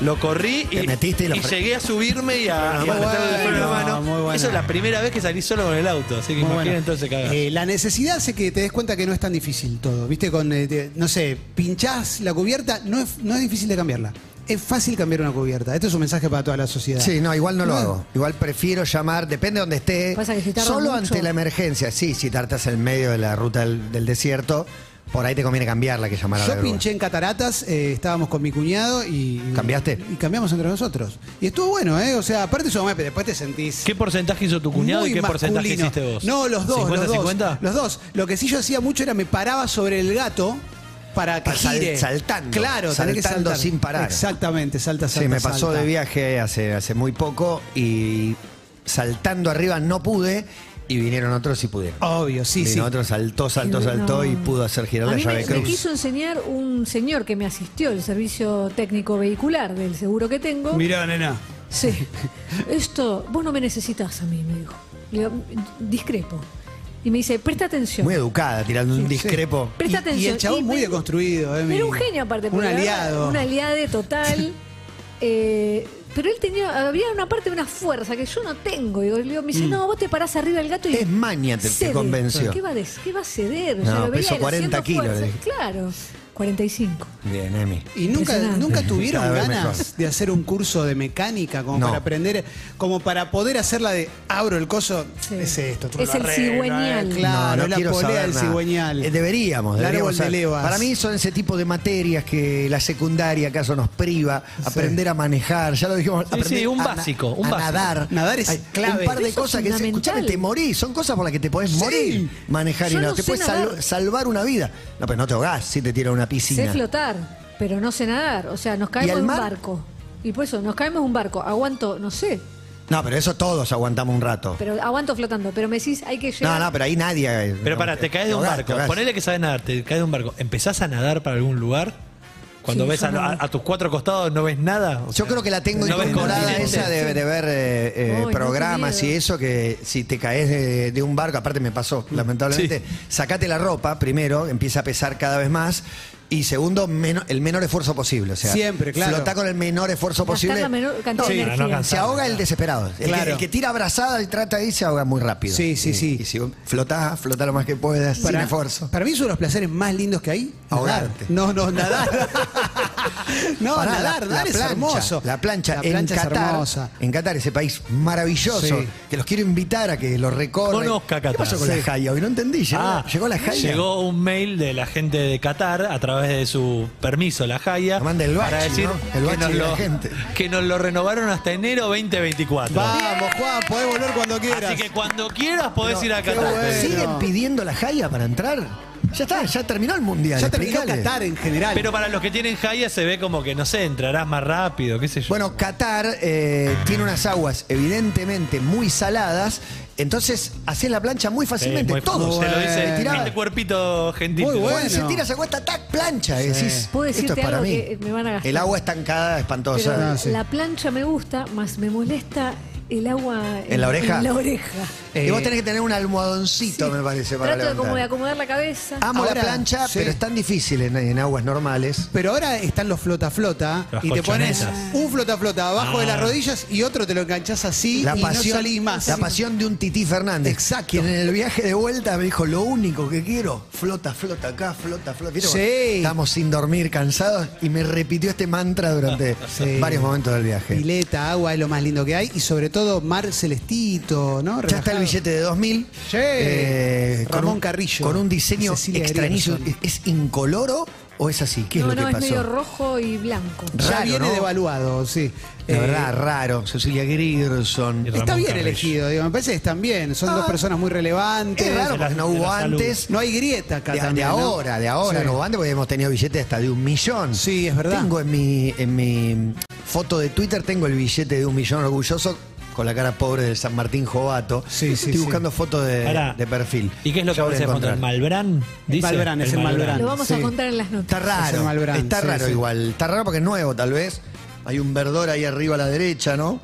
S6: Lo corrí y,
S4: Te metiste y lo fre-
S6: llegué a subirme y a, y a
S5: Muy
S6: meterle el freno de
S5: bueno,
S6: mano.
S5: muy bueno.
S6: Eso es la primera vez que salí solo con el auto, así que
S5: Muy
S6: imagínate
S5: bueno.
S6: entonces cagás.
S5: Eh, la necesidad hace que te des cuenta que no es tan difícil todo. Viste, con, eh, te- no sé, pinchás la cubierta, no es, no es difícil de cambiarla. Es fácil cambiar una cubierta. Este es un mensaje para toda la sociedad.
S4: Sí, no, igual no lo
S5: No.
S4: hago. Igual prefiero llamar, depende de donde esté.
S1: Pasa que si tardas
S4: solo
S1: mucho.
S4: ante la emergencia. Sí, si tardas en medio de la ruta del, del desierto, Por ahí te conviene cambiarla que llamar a la
S5: Yo
S4: grúa.
S5: pinché en cataratas, eh, estábamos con mi cuñado y.
S4: ¿Cambiaste?
S5: Y cambiamos entre nosotros. Y estuvo bueno, ¿eh? O sea, aparte su mamá, pero después te sentís.
S6: ¿Qué porcentaje hizo tu cuñado
S5: muy
S6: y qué porcentaje
S5: masculino.
S6: hiciste vos?
S5: No, los dos. los, dos
S6: 50-50?
S5: los dos. Lo que sí yo hacía mucho era me paraba sobre el gato para que
S4: Para sal-
S5: gire.
S4: saltando.
S5: Claro, tenés que
S4: Saltando
S5: saltar.
S4: sin parar.
S5: Exactamente, salta, salta.
S4: Sí, me pasó
S5: salta.
S4: de viaje hace, hace muy poco y saltando arriba no pude y vinieron otros y pudieron.
S5: Obvio, sí,
S4: Vino
S5: sí.
S4: otro, saltó, saltó,
S1: No.
S4: saltó y pudo hacer girar
S1: A
S4: la
S1: mí
S4: llave
S1: me, me
S4: cruz.
S1: quiso enseñar un señor que me asistió el servicio técnico vehicular del seguro que tengo.
S5: Mirá, nena.
S1: Sí. Esto, vos no me necesitas a mí, me dijo. Le digo, discrepo. Y me dice, presta atención.
S4: Muy educada, tirando un discrepo.
S5: Y-
S1: Presta
S5: Y,
S1: atención.
S5: el chabón
S1: Y
S5: muy
S1: me-
S5: deconstruido, ¿eh? mi-
S1: Era un genio aparte.
S5: Un
S1: porque la verdad,
S5: aliado.
S1: Un aliado total. Eh, pero él tenía, había una parte de una fuerza que yo no tengo. Y yo le digo, me dice, no, vos te parás arriba del gato y.
S4: Mm. Es maña, te- te
S1: cede".
S4: convenció.
S1: ¿Qué va, a des- qué va a ceder? O
S4: No,
S1: lo veía
S4: peso
S1: él
S4: 40
S1: haciendo
S4: kilos,
S1: fuerza.
S4: le dije.
S1: Claro, 45.
S4: Bien, Emi.
S5: Y nunca,
S1: Impresionante.
S5: nunca tuvieron
S4: Cada vez
S5: ganas
S4: mejor.
S5: de hacer un curso de mecánica como
S4: No.
S5: para aprender, como para poder hacerla de abro el coso,
S1: Sí.
S5: es esto. tú
S1: Es
S5: lo
S1: el
S5: arreglas,
S1: cigüeñal.
S5: eh, Claro,
S4: no, no
S5: es la
S4: quiero
S5: polea
S4: saber
S5: del
S4: nada.
S5: cigüeñal.
S4: Eh, deberíamos,
S5: El
S4: deberíamos.
S5: árbol de
S4: saber.
S5: levas.
S4: Para mí son ese tipo de materias que la secundaria acaso nos priva. Aprender a manejar, ya lo dijimos.
S6: Sí,
S4: aprender
S6: sí, un
S4: a na-
S6: básico, un
S4: a
S6: básico.
S4: nadar.
S5: Nadar es clave.
S4: Un par de
S1: Eso es
S4: cosas que... se-
S1: fundamental.
S4: Escuchame, te morís. Son cosas por las que te podés morir. Manejar y
S1: Yo
S4: nadar.
S1: no
S4: te
S1: sé
S4: puedes sal-
S1: nadar.
S4: salvar una vida. No, pero no te ahogás si te tiran a una
S1: Sé
S4: piscina.
S1: flotar, pero no sé nadar. O sea, nos caemos
S4: al
S1: de un
S4: mar?
S1: barco. Y por eso, nos caemos de un barco. Aguanto, no sé,
S4: No, pero eso todos aguantamos un rato.
S1: pero aguanto flotando. Pero me decís, hay que
S4: no,
S1: llegar.
S4: no, pero ahí nadie... eh,
S6: Pero
S4: no,
S6: pará, te caes de un
S4: ahogás,
S6: barco.
S4: te ahogás.
S6: Ponele que sabes nadar, te caes de un barco. ¿Empezás a nadar para algún lugar? Cuando
S1: Sí,
S6: ves
S1: yo
S6: a,
S1: no.
S6: a- a tus cuatro costados, ¿no ves nada? O
S4: Yo
S6: sea,
S4: creo que la tengo
S6: no ves
S4: incorporada
S6: continente.
S4: esa de, de ver eh, eh,
S1: Ay, no, qué
S4: programas y
S1: miedo.
S4: eso, que si te caes de, de un barco, aparte me pasó, lamentablemente,
S6: Mm. Sí.
S4: sacate la ropa, primero, empieza a pesar cada vez más. Y segundo, meno- el menor esfuerzo posible. O sea,
S5: Siempre, claro.
S4: Flotá con el menor esfuerzo
S1: Gastar
S4: posible.
S1: la menor cantidad
S6: de Sí, energía. para no
S4: se
S6: cansar,
S4: ahoga
S6: claro.
S4: el desesperado. El, que,
S5: Claro.
S4: el que tira abrazada y trata ahí se ahoga muy rápido.
S5: Sí, sí,
S4: Y-
S5: sí.
S4: Y si vos flotás, flotá lo más que puedas, sin esfuerzo.
S5: Para mí es uno de los placeres más lindos que hay. nadar.
S4: Ahogarte.
S5: No, no, nadar. no,
S4: Pará,
S5: nadar, nadar es hermoso.
S4: La plancha,
S5: La plancha
S4: en
S5: es
S4: Qatar,
S5: hermosa.
S4: en Qatar, ese país maravilloso,
S5: Sí.
S4: que los quiero invitar a que los recorran.
S6: Conozca
S4: ¿Qué
S6: Qatar.
S4: pasó con
S6: Sí.
S4: la Jaya? Hoy no entendí, llegó,
S6: Ah,
S4: la, llegó la Jaya.
S6: Llegó un mail de la gente de Qatar a través de su permiso, la Jaya.
S4: La manda el bachi,
S6: para decir
S4: ¿no? El
S6: que,
S4: bachi
S6: nos
S4: de la
S6: lo,
S4: gente.
S6: que nos lo renovaron hasta enero 2024.
S5: Vamos, Juan, podés volver cuando quieras.
S6: Así que cuando quieras podés ir a
S5: qué
S6: Qatar.
S5: bueno.
S4: ¿Siguen pidiendo la Jaya para entrar? Ya está, ya terminó el mundial.
S5: ya terminó
S4: explicale.
S5: Qatar en general.
S6: Pero para los que tienen Jaya se ve como que, no sé, entrarás más rápido, qué sé yo.
S4: Bueno, Qatar eh, tiene unas aguas evidentemente muy saladas, entonces haces la plancha muy
S6: Sí,
S4: fácilmente.
S6: muy-
S4: todo.
S6: Se lo
S4: Te
S6: dice
S4: tiraba-
S6: este cuerpito gentil.
S5: Muy bueno.
S4: Se tira, se cuesta, tac, plancha. Y decís,
S1: Puedo
S4: esto
S1: decirte
S4: es para
S1: algo
S4: mí.
S1: que me van a gastar.
S4: El agua estancada, espantosa.
S1: Pero
S5: Ah, sí.
S1: la plancha me gusta, más me molesta el agua
S4: ¿En la oreja?
S1: en la oreja.
S4: y vos
S5: Eh,
S4: tenés que tener un almohadoncito, me parece, para
S1: Trato de, como de
S4: levantar. Ah,
S1: acomodar la cabeza.
S4: Amo
S5: Ahora,
S4: la plancha,
S5: sí.
S4: pero es tan difícil en, en aguas normales.
S5: Pero ahora están los flota-flota
S6: Las
S5: y te pones
S6: colchonetas. Ah.
S5: un flota-flota abajo de las rodillas y otro te lo enganchás así
S4: La
S5: y no
S4: pasión,
S5: salís más.
S4: la pasión de un Tití Fernández.
S5: Exacto.
S4: Quien en el viaje de vuelta me dijo, lo único que quiero, flota, flota acá, flota, flota. ¿Vieron?
S5: Sí.
S4: Estamos sin dormir, cansados, y me repitió este mantra durante
S5: Sí.
S4: varios momentos del viaje.
S5: Pileta, agua es lo más lindo que hay y sobre todo mar celestito, ¿no?
S4: Ya está el
S5: Relajado.
S4: billete de 2000.
S5: Sí.
S4: con
S5: Ramón
S4: un,
S5: Carrillo.
S4: Con un diseño
S5: Cecilia
S4: extrañísimo.
S5: Grierson.
S4: ¿Es incoloro o es así? ¿Qué es
S1: no,
S4: lo
S1: no,
S4: que
S1: es
S4: pasó?
S1: medio rojo y blanco.
S5: Ya
S4: Raro,
S5: viene
S4: ¿no?
S5: devaluado, sí.
S4: La
S5: Eh,
S4: verdad, raro. Cecilia Grierson.
S6: Y
S5: Está
S6: Ramón
S5: bien
S6: Carrillo.
S5: elegido, digo, me parece que están bien. Son dos personas muy relevantes.
S4: Es raro
S6: de la-
S4: porque no
S6: de la
S4: hubo
S6: salud.
S4: antes.
S5: No hay grieta acá
S4: de, de
S5: también, ¿no?
S4: ahora, de ahora
S5: Sí.
S4: no hubo antes porque hemos tenido billetes hasta de un millón.
S5: Sí, es verdad.
S4: Tengo en mi, en mi foto de Twitter, tengo el billete de un millón orgulloso con la cara pobre del San Martín Jovato.
S5: Sí, sí,
S4: Estoy
S5: sí.
S4: buscando fotos de,
S6: Pará.
S4: de perfil.
S6: ¿Y qué es lo que
S4: Ya voy
S6: aparece de fondo?
S4: encontrar.
S6: ¿El Malbrán? Dice?
S5: Malbrán, es el Malbrán.
S1: Lo vamos
S5: Sí.
S1: a contar en las
S4: Está
S1: notas.
S4: raro.
S5: el Malbrán,
S4: está
S5: sí,
S4: raro
S5: sí.
S4: igual. Está raro porque es nuevo, tal vez. Hay un verdor ahí arriba a la derecha, ¿no?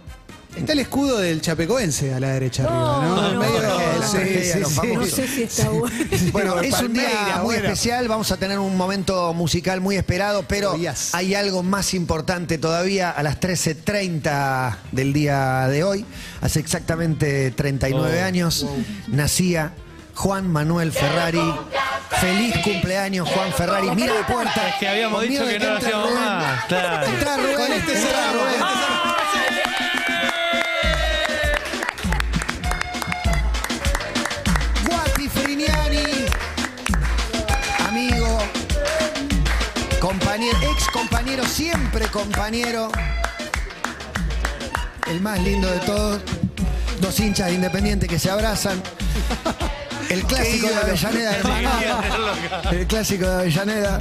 S5: Está el escudo del Chapecoense a la derecha
S1: No,
S5: arriba, ¿no?
S1: no,
S5: Medio-
S4: no,
S5: sí,
S4: no,
S5: sí,
S4: no,
S5: sí.
S4: vamos.
S1: No sé si está bueno.
S4: Bueno, es un día
S5: Palmeiras,
S4: muy
S5: bueno.
S4: especial, vamos a tener un momento musical muy esperado, pero
S5: Oh, yes.
S4: hay algo más importante todavía a las 13.30 del día de hoy. Hace exactamente 39
S6: Oh.
S4: años nacía Juan Manuel Ferrari. Feliz cumpleaños, Juan Ferrari. Mira la puerta.
S6: Es que habíamos
S4: Con
S6: dicho
S4: miedo de
S6: que no lo
S4: entre
S6: hacíamos
S4: Rubén.
S6: más. Claro.
S4: Entra Rubén,
S5: Con este
S4: entra
S5: cerramos,
S4: Rubén.
S5: con este
S4: Este Guati Frignani, amigo, siempre compañero, el más lindo de todos, dos hinchas de Independiente que se abrazan. El clásico de Avellaneda, hermano. El clásico de Avellaneda.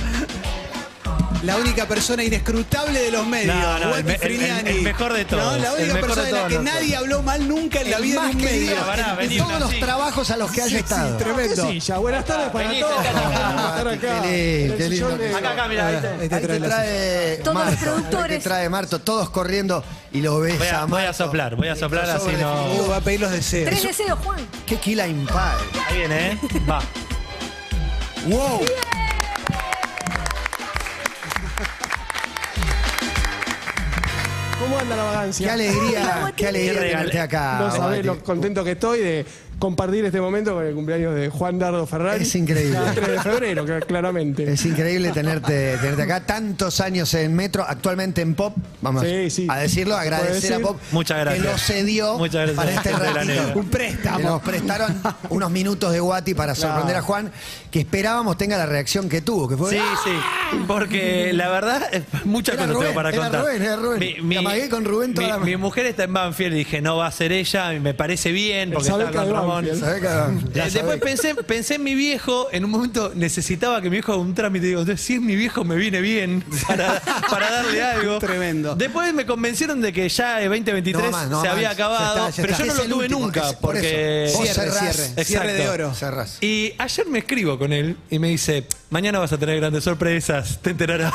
S5: La única persona inescrutable de los medios.
S6: No, no,
S5: Walter
S6: el me- el-
S5: Friliani.
S6: el- el mejor de todos,
S5: No, la
S6: el
S5: única
S6: mejor de
S5: persona de, la
S6: todos
S5: que
S6: nosotros.
S5: nadie habló mal nunca en la
S4: El
S5: vida de
S4: más
S5: un medio.
S4: querido
S6: Pará,
S4: en
S6: vení,
S4: todos los
S6: Nancy.
S4: trabajos a los que haya
S5: Sí, sí,
S4: estado. Ah,
S5: tremendo.
S3: Silla. Buenas tardes para
S6: Vení,
S3: todos.
S6: sentate acá.
S3: Por estar acá.
S4: Qué lindo,
S3: En el
S4: qué lindo
S3: sillón
S4: que
S3: de-
S4: sos.
S6: Acá, acá, mirá, ahí está.
S5: Ahí
S4: Ahí
S5: te
S4: eh. te
S5: trae la
S4: trae
S1: Todos los
S4: Marto,
S1: productores.
S4: ahí te trae Marto, todos corriendo y lo ves
S6: Voy a,
S4: a
S6: voy a
S4: Marto.
S6: soplar, voy a soplar así
S4: sobre
S6: no.
S5: silla. Uh, va a pedir los deseos.
S1: Tres deseos, Juan.
S4: Qué quila impar.
S6: Ahí viene, ¿eh? Va.
S4: Wow.
S3: ¿Cómo anda la
S4: Qué
S3: vagancia?
S4: alegría, qué alegría
S6: Qué
S4: tenerte
S6: regalo.
S4: acá.
S3: No sabés
S4: Mati.
S3: lo contento que estoy de compartir este momento con el cumpleaños de Juan Dardo Ferrari.
S4: Es increíble.
S3: El 3 de febrero, cl- claramente.
S4: Es increíble tenerte, tenerte acá. Tantos años en Metro, actualmente en Pop. Vamos
S3: Sí, sí.
S4: a decirlo, agradecer
S3: Puedes decir.
S4: a Pop
S6: Muchas gracias.
S4: que nos cedió
S6: Muchas gracias,
S4: para este
S6: gente de la
S4: ratito.
S6: negra.
S4: Un préstamo. Que nos prestaron unos minutos de Guati para sorprender a Juan, que esperábamos tenga la reacción que tuvo, que fue. ¡Ah!
S6: Sí, sí. Porque la verdad, eh, muchas
S4: Era
S6: cosas tengo
S4: Rubén,
S6: para
S4: era
S6: contar.
S4: Rubén, era Rubén. Me amagué con Rubén toda
S6: mi,
S4: la-
S6: mi mujer está en Banfield y dije, no va a ser ella, y me parece bien, porque
S3: sabe
S6: está
S3: que
S6: con
S3: de
S6: Ramón.
S3: Banfield.
S4: ¿Sabés que-
S6: Eh, después pensé, pensé en mi viejo, en un momento necesitaba que mi viejo haga un trámite. Digo, entonces, si es mi viejo, me viene bien para, para darle algo.
S5: Tremendo.
S6: Después me convencieron de que ya eh, 2023
S4: No más, no
S6: se
S4: más.
S6: había
S4: Ya
S6: acabado,
S5: está, ya
S6: pero
S5: está.
S6: yo no
S5: Es
S6: lo
S5: el
S6: tuve
S5: último,
S6: nunca,
S4: es- por
S6: porque.
S4: eso.
S6: Vos
S5: Cierre,
S4: cerrás.
S5: cierre. Cierre de
S6: Exacto.
S5: oro.
S4: Cerrás.
S6: Y ayer me escribo con él y me dice, mañana vas a tener grandes sorpresas, te enterarás.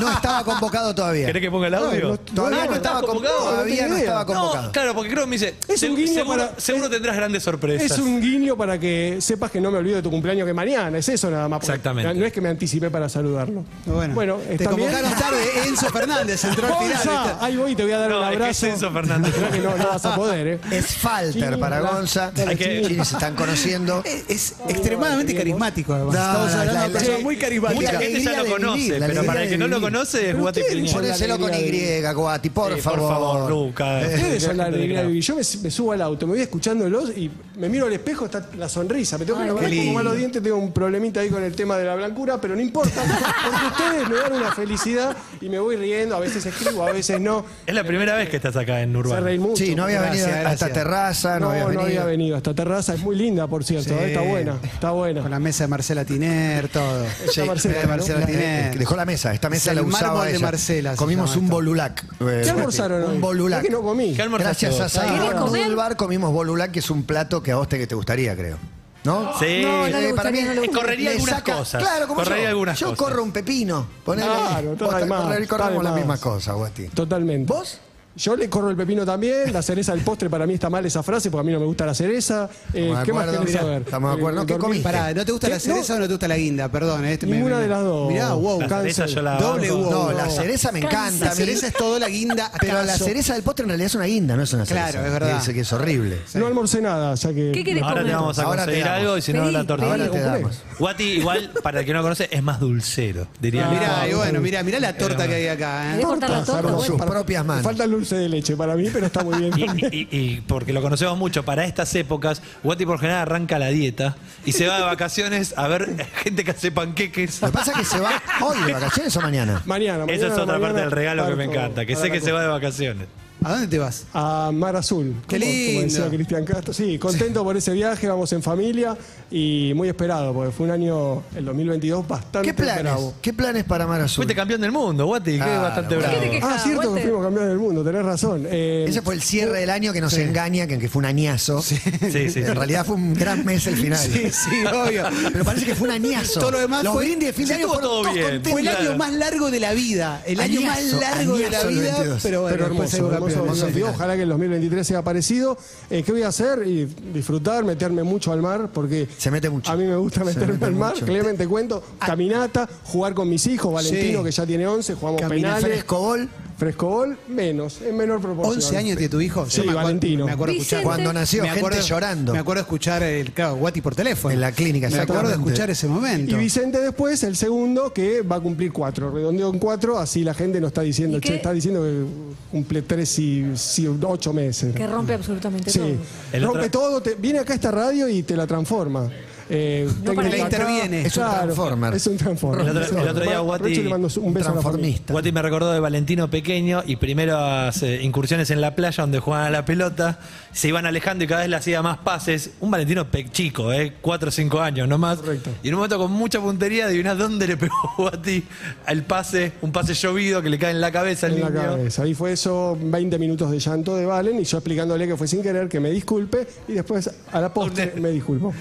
S4: No estaba convocado todavía.
S6: ¿Querés que ponga el
S3: Ay,
S6: audio?
S3: no-
S4: Todavía no,
S6: Ah,
S4: estaba convocado. Todavía no
S3: tenía
S4: estaba
S3: idea.
S4: convocado.
S6: No, claro, porque creo que me dice,
S3: Es un
S6: "Segu-
S3: guiño
S6: seguro,
S3: para-
S6: seguro tendrás grandes sorpresas.
S3: Es un guiño para que sepas que no me olvido de tu cumpleaños que mañana, es eso nada más. porque
S6: Exactamente.
S3: No es que me anticipé para saludarlo.
S5: Bueno,
S3: eh,
S5: te
S3: también-
S5: convocaron tarde. Enzo Fernández entró al final.
S3: Gonza, ahí voy, te voy a dar
S6: No,
S3: un
S6: es que
S3: abrazo.
S6: es Enzo Fernández.
S3: Mirá que no, no vas a poder, ¿eh?
S4: Es falter
S3: Sí,
S4: para
S3: la-
S4: Gonza.
S6: Hay que-
S4: Quienes se están conociendo.
S5: Es, es extremadamente carismático, además.
S4: No,
S5: Estamos
S4: la-
S5: hablando de
S4: la-
S5: una persona
S4: la-
S5: muy carismática.
S6: Mucha gente
S4: alegría
S6: ya
S4: de
S6: lo conoce,
S4: vivir, la
S6: pero
S4: alegría
S6: para el
S4: de
S6: que no lo
S4: vivir.
S6: conoce, jugate
S3: ustedes
S6: Piña.
S3: son la-
S4: Ponéselo con Y,
S3: alegría
S4: Guati, por
S6: Sí,
S4: favor.
S6: Por favor, Luca.
S4: Eh,
S3: Ustedes son la
S6: Gente
S3: alegría
S6: que
S3: de vivir. Yo me, me subo al auto, me voy escuchándolos y me miro al espejo, está la sonrisa. Me tengo que lavar como malos dientes, tengo un problemita ahí con el tema de la blancura, pero no importa, porque ustedes me dan una felicidad y me voy riendo. A veces escribo, a veces no.
S6: Es la primera vez que estás acá en
S3: Se reí
S6: Urbano.
S3: mucho.
S4: Sí, no había
S5: Gracias,
S4: venido a esta
S5: gracias.
S4: terraza, no,
S3: No,
S4: había
S3: no
S4: venido.
S3: había venido. Esta terraza es muy linda, por cierto. ¿eh? Está buena, está
S5: Con
S3: buena.
S5: la mesa de Marcela Tiner, todo.
S3: Está Marcela,
S5: la de
S3: ¿no?
S5: Marcela
S4: La- eh,
S5: Tiner.
S4: dejó la mesa, esta mesa
S5: Es
S4: la
S5: el
S4: usaba
S5: mármol de
S4: ella.
S5: Marcela se
S4: Comimos
S5: llama
S4: un
S5: esto.
S4: bolulac. eh,
S3: ¿Qué
S4: Guati,
S3: almorzaron hoy?
S4: Un bolulac.
S3: Es que no comí.
S6: ¿Qué almorzaste
S4: Gracias a
S6: vos?
S4: Saidón
S1: ¿Querés comer?
S4: Nudulbar comimos bolulac, que es un plato que a vos te, que te gustaría, creo. ¿No?
S6: Sí.
S1: No, no le
S4: Eh, para mí
S1: gustaría, no le gustaría.
S6: Correría
S4: le
S6: algunas cosas.
S4: Claro, como
S6: Correría
S4: yo.
S6: algunas
S4: yo
S6: cosas.
S4: corro un pepino. Ponele.
S3: Claro, está
S4: Vos
S3: de más,
S4: correr-
S3: está
S4: corremos
S3: de
S4: las
S3: más.
S4: mismas cosas, Guati.
S3: Totalmente.
S4: ¿Vos?
S3: Yo le corro el pepino también, la cereza del postre para mí está mal esa frase porque a mí no me gusta la cereza. Eh,
S4: Estamos de
S3: ¿Qué más
S4: acuerdo.
S3: querés
S4: Mirá,
S3: saber?
S4: estamos de acuerdo.
S3: Eh,
S4: ¿Qué
S3: dormí-
S4: comiste?
S5: Pará, ¿no te gusta la
S3: ¿Qué?
S5: cereza
S3: ¿Eh? No.
S5: o no te gusta la guinda? Perdón. eh, Este me-
S3: Ninguna
S5: me-
S3: de las dos.
S5: Mirá, wow.
S6: La cereza
S3: cancel.
S6: yo la
S5: Doble
S6: banco.
S5: wow.
S3: Oh,
S4: No,
S5: No.
S4: la cereza me encanta.
S5: La
S4: a mí.
S5: cereza es todo la guinda.
S4: Pero la
S5: acaso.
S4: cereza del postre en realidad es una guinda, no es una cereza.
S5: Claro, es verdad.
S4: Dice que es horrible.
S3: No almorcé nada, ya que.
S1: ¿Qué querés
S6: Ahora
S1: comer?
S6: te vamos a
S4: Ahora te
S6: conseguir
S4: damos.
S6: algo y si no,
S1: Pedí,
S6: la torta.
S4: Ahora te
S3: compré.
S4: damos.
S6: Guati, igual, para el que no conoce, es más dulcero, diría.
S5: Ah. Mirá, y bueno, mirá, mirá la torta que hay acá. ¿eh?
S1: ¿Querés cortar la torta?
S4: Con
S1: Bueno,
S4: sus propias manos.
S3: Falta el dulce de leche para mí, pero está muy bien.
S6: Y,
S3: también.
S6: y- y porque lo conocemos mucho, para estas épocas, Guati por general arranca la dieta y se va de vacaciones a ver gente que hace panqueques.
S4: Lo que pasa es que se va hoy de vacaciones o mañana.
S3: mañana, mañana.
S6: Esa es
S3: a la
S6: otra parte
S3: mañana
S6: del regalo que me
S3: parto
S6: encanta, que
S3: para
S6: sé
S3: la
S6: que se
S3: costa.
S6: va de vacaciones.
S5: ¿A dónde te vas?
S3: A Mar Azul.
S5: Qué
S3: como- como
S5: lindo.
S3: decía Cristian Castro. Sí, contento por ese viaje, vamos en familia y muy esperado, porque fue un año, el 2022, bastante
S4: ¿Qué planes?
S3: bravo.
S4: ¿Qué planes para Mar Azul?
S6: Fuiste campeón del mundo, Guati, que
S4: Claro,
S6: es bastante
S4: bueno.
S6: bravo.
S1: ¿Qué te quejas,
S3: Ah, cierto que
S1: Walter?
S3: fuimos campeones del mundo, tenés razón. Eh,
S4: Ese fue el cierre del año que nos engaña, que que fue un añazo.
S6: Sí, sí.
S4: En realidad fue un gran mes el final.
S5: Sí, sí, obvio.
S4: Pero parece que fue un añazo.
S5: Todo lo demás
S4: Los
S5: fue-
S4: brindis de fin de
S6: sí,
S4: año
S6: estuvo
S4: fueron
S6: todo
S4: todos
S6: bien.
S4: contentos.
S5: Fue el año
S6: Claro.
S5: más largo de la vida. El año más
S4: Añazo,
S5: largo de la
S4: añazo el
S5: vida.
S4: 22.
S5: Pero bueno,
S3: Pero
S5: después
S3: hermoso,
S5: seguro que
S3: hermoso,
S5: veremos.
S4: hermoso
S3: desafío.
S4: final.
S3: Ojalá que el 2023 sea parecido. Eh, ¿Qué voy a hacer? Y disfrutar, meterme mucho al mar, porque
S4: Se mete mucho.
S3: a mí me gusta
S4: Se
S3: meterme
S4: mete
S3: al mar.
S4: mucho.
S3: Clemente, cuento, caminata, jugar con mis hijos, Valentino,
S5: Sí.
S3: que ya tiene 11, jugamos
S5: Camina
S3: penales.
S4: Frescobol,
S3: Frescobol, menos, en menor proporción.
S5: 11 años tiene tu hijo. Yo
S3: Sí,
S5: me acuerdo-
S3: Valentino.
S5: Me acuerdo escuchar.
S1: Vicente.
S4: cuando nació,
S5: me acuerdo,
S4: gente llorando.
S5: Me acuerdo escuchar el claro, Guati por teléfono.
S4: En la clínica,
S5: Me acuerdo
S4: exactamente.
S5: escuchar ese
S3: Y
S5: momento.
S3: Vicente después, el segundo, que va a cumplir cuatro. Redondeo en cuatro, así la gente no está diciendo,
S1: ¿Y
S3: che,
S1: qué?
S3: está diciendo que cumple tres y, sí, ocho meses.
S1: Que rompe absolutamente
S3: Sí.
S1: todo.
S6: El
S3: Rompe
S6: otro-
S3: todo, te- viene acá a esta radio y te la transforma. eh,
S1: No para
S3: técnica
S1: él.
S3: acá.
S5: Interviene.
S4: Es un transformer.
S3: Es un transformer.
S6: El otro- el otro día
S3: Aprovecho
S6: Guati-
S3: y le mando un beso a la familia.
S4: transformista.
S6: Guati me recordó de Valentino pequeño y primeras eh, incursiones en la playa donde jugaban a la pelota, se iban alejando y cada vez le hacía más pases. Un Valentino pe- chico, ¿eh? 4 o 5 años nomás.
S3: Correcto.
S6: Y en un momento con mucha puntería, adivinás dónde le pegó Guati al pase, un pase llovido que le cae en la cabeza al
S3: en la
S6: niño.
S3: cabeza. Ahí fue eso, 20 minutos de llanto de Valen y yo explicándole que fue sin querer, que me disculpe y después a la postre me disculpo.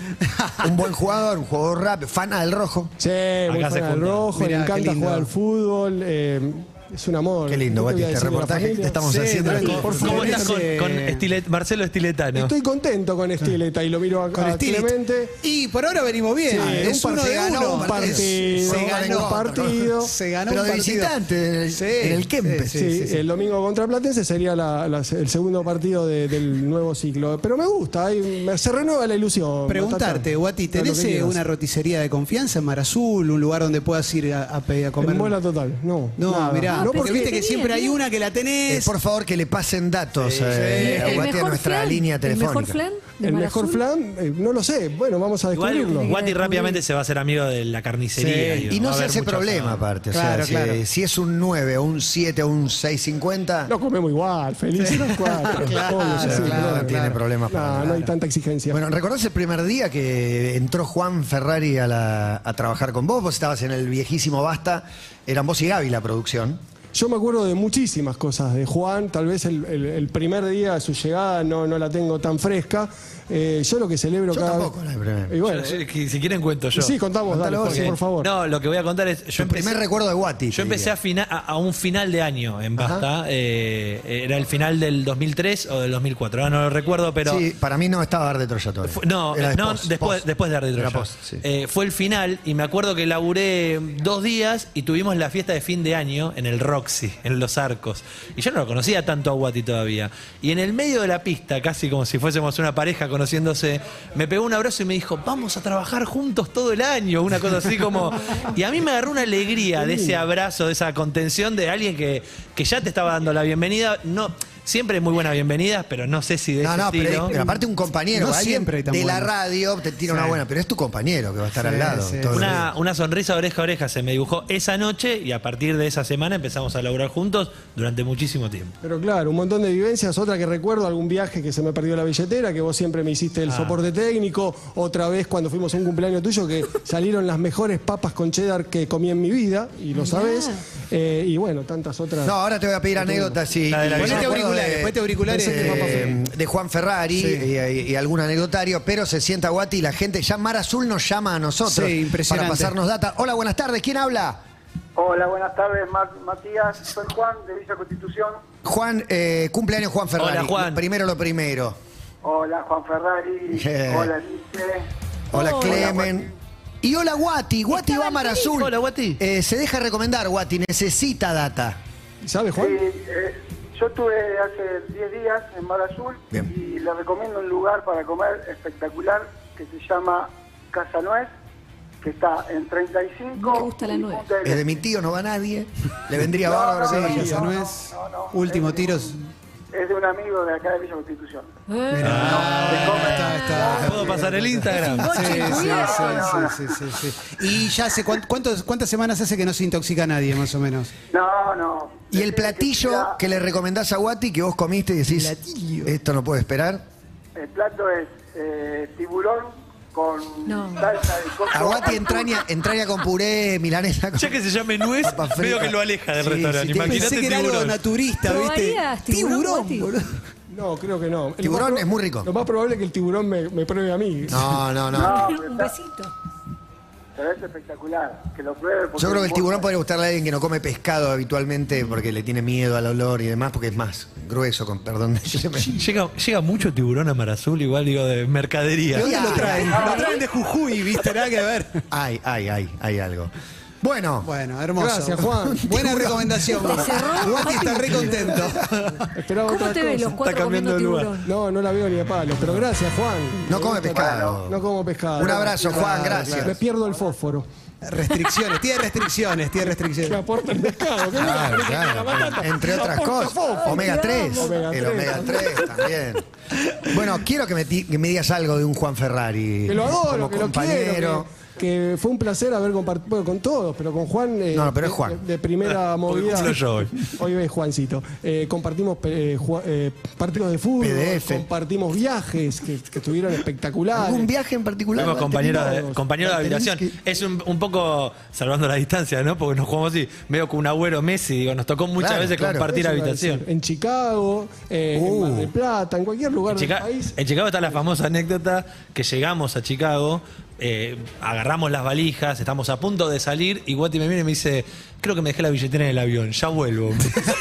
S4: Un buen jugador, un jugador rápido, fana del rojo.
S3: Che, muy
S6: Acá se
S3: fan del
S6: juntan.
S3: rojo,
S5: Mirá,
S3: le
S5: qué
S3: encanta
S5: lindo.
S3: jugar al fútbol. eh, es un amor.
S4: Qué lindo,
S3: ¿Qué te
S4: Guati,
S3: voy a
S4: este
S3: decir de la
S4: reportaje que
S3: familia?
S4: te estamos
S5: Sí,
S4: haciendo.
S5: pero
S4: aquí.
S5: con-
S3: por
S6: ¿Cómo
S3: favor, eh,
S6: estás con,
S5: Ese-
S6: con Estilet- Marcelo Estiletano?
S3: Estoy contento con Estileta y lo miro acá
S5: Con Stiglitz.
S3: Clemente.
S5: Y por ahora venimos bien. es
S3: Sí,
S4: ah, un
S5: uno
S4: partido
S5: de
S4: ganó,
S5: uno.
S3: un
S4: partido.
S3: partido,
S5: Se ganó.
S3: un partido.
S5: Se ganó
S4: Pero
S5: un
S4: de
S5: partido.
S4: visitante, en el- en el Kempes.
S5: sí,
S3: Sí,
S5: sí, sí.
S3: el domingo contra Platense sería la- la- el segundo partido de- del nuevo ciclo. Pero me gusta, ahí me- se renueva la ilusión.
S5: Preguntarte,
S3: Batata.
S5: Guati,
S3: A lo
S5: ¿tenés
S3: que
S5: eh,
S3: quieras.
S5: una roticería de confianza en Mar Azul? ¿Un lugar donde puedas ir a, a pe- a comer?
S3: En bola total, no.
S5: No,
S3: nada.
S5: mirá,
S1: No,
S5: porque
S1: pero
S5: viste que
S1: bien,
S5: siempre hay
S1: bien.
S5: una que la
S4: Eh,
S5: tenés.
S4: por favor, que le pasen datos eh, a
S1: El
S4: Guati a
S1: mejor
S4: nuestra
S1: flan,
S4: línea telefónica.
S1: El mejor flan de
S3: El
S1: Mar
S3: mejor
S1: Azul.
S3: flan, eh, no lo sé. Bueno, vamos a
S6: Igual
S3: descubrirlo.
S6: Guati rápidamente se va a hacer amigo de la carnicería.
S5: Sí,
S6: digo,
S4: Y
S6: va
S4: no
S6: a
S4: se
S6: haber
S4: hace
S6: muchos-
S4: problema aparte. O sea,
S5: Claro,
S4: si,
S5: claro.
S4: si es un 9, o un 7 o un 650,
S3: Lo comemos igual, felices los cuatro.
S5: Claro,
S3: Obvio, sí, sí,
S5: claro,
S4: no tiene problemas para
S3: No, no hay tanta exigencia.
S4: Bueno, ¿recordás el primer día que entró Juan Ferrari a, la- a trabajar con vos? Vos estabas en el viejísimo Basta, eran vos y Gaby la producción.
S3: Yo me acuerdo de muchísimas cosas de Juan, tal vez el, el- el primer día de su llegada no, no la tengo tan fresca. Eh, yo lo que celebro
S4: Yo
S3: cada
S4: tampoco, la primera.
S3: Y bueno,
S6: Yo- eh, yo- si quieren cuento yo.
S3: sí, contamos,
S4: Contalo
S3: dale,
S4: vos,
S3: Jorge,
S4: sí.
S3: por favor.
S6: No, lo que voy a contar es. Yo
S4: Tu primer recuerdo de Guati. te
S6: Yo empecé
S4: diría.
S6: a, fina- a, a un final de año en Basta. eh, era el final del 2003 o del 2004. Ahora no lo recuerdo, pero.
S4: Sí, para mí no estaba Arde Troya todavía.
S6: Fu- No,
S4: Era
S6: eh, no,
S4: post,
S6: después,
S4: post.
S6: después de Ardi
S4: Era
S6: Troya.
S4: post, sí.
S6: Eh, fue el final y me acuerdo que laburé dos días y tuvimos la fiesta de fin de año en el Roxy, en Los Arcos. Y yo no lo conocía tanto a Guati todavía. Y en el medio de la pista, casi como si fuésemos una pareja conociéndose, me pegó un abrazo y me dijo, vamos a trabajar juntos todo el año, una cosa así como... Y a mí me agarró una alegría de ese abrazo, de esa contención de alguien que, que ya te estaba dando la bienvenida. No, siempre muy buena bienvenida, pero no sé si de
S4: No,
S6: ese
S4: no, pero,
S6: estilo.
S4: pero aparte un compañero,
S5: No
S4: alguien
S5: siempre hay tan
S4: de la
S5: buenos.
S4: radio te tira una
S5: Sí.
S4: buena, pero es tu compañero que va a estar
S5: Sí,
S4: al lado.
S5: sí,
S4: todo el
S6: Una,
S4: día.
S6: una sonrisa oreja a oreja se me dibujó esa noche y a partir de esa semana empezamos a laburar juntos durante muchísimo tiempo.
S3: Pero claro, un montón de vivencias. Otra que recuerdo, algún viaje que se me perdió la billetera, que vos siempre me hiciste el soporte técnico. Otra vez cuando fuimos a un cumpleaños tuyo, que salieron las mejores papas con cheddar que comí en mi vida, y lo sabés. Eh, y bueno, tantas otras.
S4: No, ahora te voy a pedir anécdotas y,
S6: La de la
S4: y-
S6: Ponete
S4: yo me acuerdo
S5: auriculares, ponete auriculares.
S4: eh, de Juan Ferrari y, y algún anecdotario, pero se sienta Guati y la gente ya Mar Azul nos llama a nosotros
S5: Sí, impresionante.
S4: para pasarnos data. Hola, buenas tardes, ¿quién habla?
S7: Hola, buenas tardes, Ma- Matías. Soy Juan de Villa Constitución.
S4: Juan, eh, cumpleaños Juan Ferrari.
S6: Hola, Juan.
S4: Lo Primero lo primero.
S7: Hola, Juan Ferrari.
S4: Yeah.
S7: Hola, Lice.
S4: Hola,
S1: Hola,
S4: Clemen. y hola Guati, Guati va a Mar Azul.
S6: Hola, Guati.
S4: Eh, se deja recomendar Guati, necesita data.
S3: ¿Sabes,
S7: Sí,
S3: Juan?
S7: eh, yo estuve hace 10 días en Mar Azul
S4: Bien.
S7: y le recomiendo un lugar para comer espectacular que se llama Casa Nuez, que está en 35.
S1: Me gusta la
S7: y
S1: nuez.
S7: Punta del
S4: Es de
S7: Este.
S4: mi tío, no va nadie. Le vendría
S7: No,
S4: bárbaro.
S7: no,
S4: que
S7: no,
S4: vaya.
S5: Esa
S7: no,
S5: no
S7: no,
S5: es.
S7: no, no.
S5: Último
S7: Es de
S5: tiros.
S7: Es de un amigo de acá de Villa Constitución.
S1: Eh,
S5: Está, está.
S6: ¿Puedo pasar el Instagram?
S5: Sí, sí, sí, sí, sí, sí, sí. Y ya hace cuán- cuántos- cuántas semanas hace que no se intoxica nadie, más o menos.
S7: No, no.
S4: Y el
S7: Decirle que
S4: platillo
S7: siga-
S4: que le recomendás a Guati que vos comiste y decís, esto no puede esperar.
S7: El plato es eh, tiburón con
S1: No.
S7: salsa de coco.
S4: A Guati entraña, entraña con puré, milanesa. con-
S6: Ya que se llame nuez,
S4: Papa frita.
S6: veo que lo aleja del
S4: Sí,
S6: restaurante.
S4: sí, te-
S6: Imagínate
S5: Pensé que era algo
S6: tiburón.
S5: naturista, ¿viste?
S1: ¿Probarías tiburón, Guati?
S5: boludo.
S3: No, creo que no. El
S4: Tiburón
S3: más proba-
S4: es muy rico.
S3: Lo más probable es que el tiburón me, me pruebe a mí.
S4: No, no, no.
S1: Un besito.
S7: Pero es espectacular. Que lo pruebe. porque
S4: Yo creo que
S7: es
S4: el
S7: muy
S4: tiburón
S7: bueno.
S4: podría gustarle a alguien que no come pescado habitualmente porque le tiene miedo al olor y demás, porque es más grueso, con perdón. de-
S6: Llega, llega mucho tiburón a Mar Azul, igual digo, de mercadería.
S5: ¿De dónde lo traen? Lo traen de Jujuy, ¿viste? Nada que ver.
S4: Ay, ay, ay, hay algo. Bueno,
S5: Bueno, hermoso.
S3: Gracias, Juan.
S5: Buena recomendación.
S1: Te cerró.
S5: Guati está re contento.
S3: Esperaba
S1: ¿Cómo
S3: otra
S1: te
S3: cosa.
S1: ves los cuatro comiendo
S6: cambiando de lugar.
S1: tiburón?
S3: No, no la veo ni a palos, pero gracias, Juan.
S4: No come pescado.
S3: No como pescado.
S4: Un abrazo, Juan, gracias.
S3: Me pierdo el fósforo.
S5: Restricciones, tiene restricciones, tiene
S3: Que
S5: restricciones.
S3: aporta el pescado. ¿qué
S4: Claro,
S3: más?
S4: claro.
S3: La batata.
S4: Entre otras
S3: Aporta
S4: cosas,
S3: fósforo.
S4: omega 3,
S3: Omega
S4: el
S3: tres
S4: omega 3 también. Bueno, quiero que me, ti- que me digas algo de un Juan Ferrari.
S3: Que lo
S4: como
S3: adoro, que lo
S4: compañero.
S3: quiero. Que, que fue un placer haber compartido bueno, con todos, pero con Juan. eh,
S4: No, pero es
S3: de-
S4: Juan.
S3: De, primera movida.
S6: cumplo yo hoy.
S3: Hoy es Juancito. Eh, compartimos eh, ju- eh, partidos de fútbol,
S4: PDF.
S3: compartimos viajes que, que estuvieron espectaculares.
S4: ¿Algún viaje en particular?
S6: Fuimos compañeros de,
S3: Todos.
S6: compañeros de habitación. Es un, un poco salvando la distancia, ¿no? Porque nos jugamos así, medio con un agüero Messi, digo, nos tocó muchas
S4: Claro,
S6: veces
S4: claro.
S6: compartir
S3: Eso iba a
S6: habitación.
S3: decir, En Chicago, eh, en
S4: Uh.
S3: Mar del Plata, en cualquier lugar
S6: En,
S3: del
S6: Chica-
S3: país.
S6: en Chicago está la famosa anécdota que llegamos a Chicago, eh, agarramos las valijas, estamos a punto de salir y Guati me viene y me dice, creo que me dejé la billetera en el avión, ya vuelvo.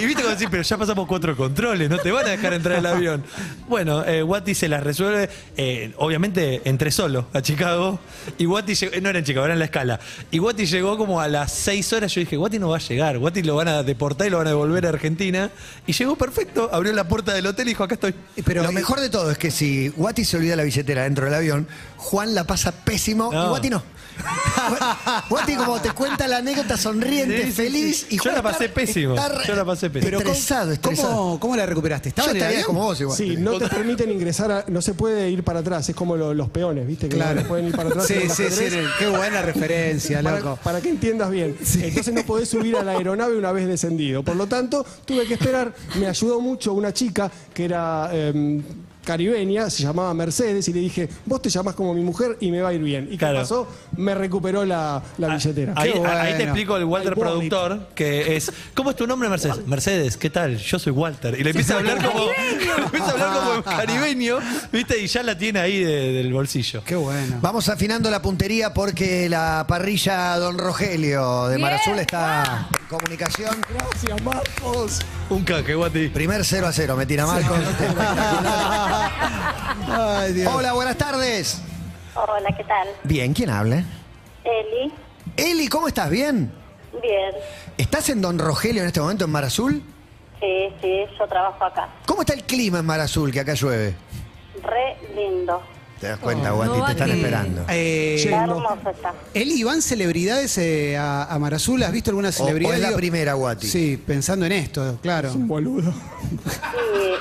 S6: y viste como decís, pero ya pasamos cuatro controles, no te van a dejar entrar el avión. Bueno, eh, Guati se las resuelve, eh, obviamente entré solo a Chicago y Guati llegó, eh, no era en Chicago, era en la escala. Y Guati llegó como a las seis horas, yo dije, Guati no va a llegar, Guati lo van a deportar y lo van a devolver a Argentina. Y llegó perfecto, abrió la puerta del hotel y dijo, acá estoy.
S4: Pero lo mejor de todo es que si Guati se olvida la billetera dentro del avión, Juan la pasa pésimo y
S6: No.
S4: Guati no. Ah, Guati como te cuenta la anécdota sonriente,
S6: Sí, sí,
S4: feliz
S6: sí.
S4: y
S6: Yo
S4: Juan
S6: la pasé
S4: está-
S6: pésimo.
S4: está re-
S6: Yo la pasé pésimo.
S5: Pero ¿cómo-
S4: Estresado, estresado.
S5: ¿cómo, ¿Cómo la
S4: Yo
S5: recuperaste? ¿Estaba en el
S4: estaría
S5: avión?
S4: como vos igual.
S3: Sí, no te permiten ingresar, a- no se puede ir para atrás, es como lo- los peones, ¿viste? Que
S5: Claro.
S3: no pueden ir para atrás. en
S5: Sí,
S3: el
S5: sí, sí.
S3: ajedrez.
S5: Qué buena referencia,
S3: Para,
S5: loco.
S3: para que entiendas bien. Entonces no podés subir a la aeronave una vez descendido. Por lo tanto, tuve que esperar. Me ayudó mucho una chica que era em, caribeña, se llamaba Mercedes, y le dije, vos te llamás como mi mujer y me va a ir bien. ¿Y
S6: Claro.
S3: qué pasó? Me recuperó la, la
S5: Ah,
S3: billetera.
S6: Ahí,
S5: Qué
S6: ahí te
S5: bueno.
S6: explico el Walter
S3: El wallet.
S6: productor, que es. ¿Cómo es tu nombre, Mercedes? Mercedes, ¿qué tal? Yo soy Walter. Y le empieza a hablar como. le empieza a hablar como caribeño, ¿viste? Y ya la tiene ahí de- del bolsillo.
S5: Qué bueno.
S4: Vamos afinando la puntería porque la parrilla Don Rogelio de
S1: Bien,
S4: Marazul está en comunicación.
S3: Gracias, Marcos.
S6: Un canje, Guati.
S4: Primer 0 a 0, me tira Marcos.
S5: Ay, Dios.
S4: Hola, buenas tardes.
S8: Hola, ¿qué tal?
S4: Bien, ¿quién habla?
S8: Eli,
S4: Eli, ¿cómo estás? ¿Bien?
S8: bien.
S4: ¿Estás en Don Rogelio en este momento en Mar Azul?
S8: Sí, sí, yo trabajo acá.
S4: ¿Cómo está el clima en Mar Azul que acá llueve?
S8: Re lindo.
S4: Te das cuenta,
S1: Oh,
S4: Guati,
S1: no,
S4: te están
S1: Guati.
S4: esperando.
S5: Eh,
S8: Está hermoso está.
S5: Eli, ¿van celebridades eh, a, a Marazul? ¿Has visto alguna
S4: O,
S5: celebridad?
S4: o es la
S5: Digo-
S4: primera, Guati.
S5: Sí, pensando en esto, claro.
S3: Un boludo.
S8: Sí,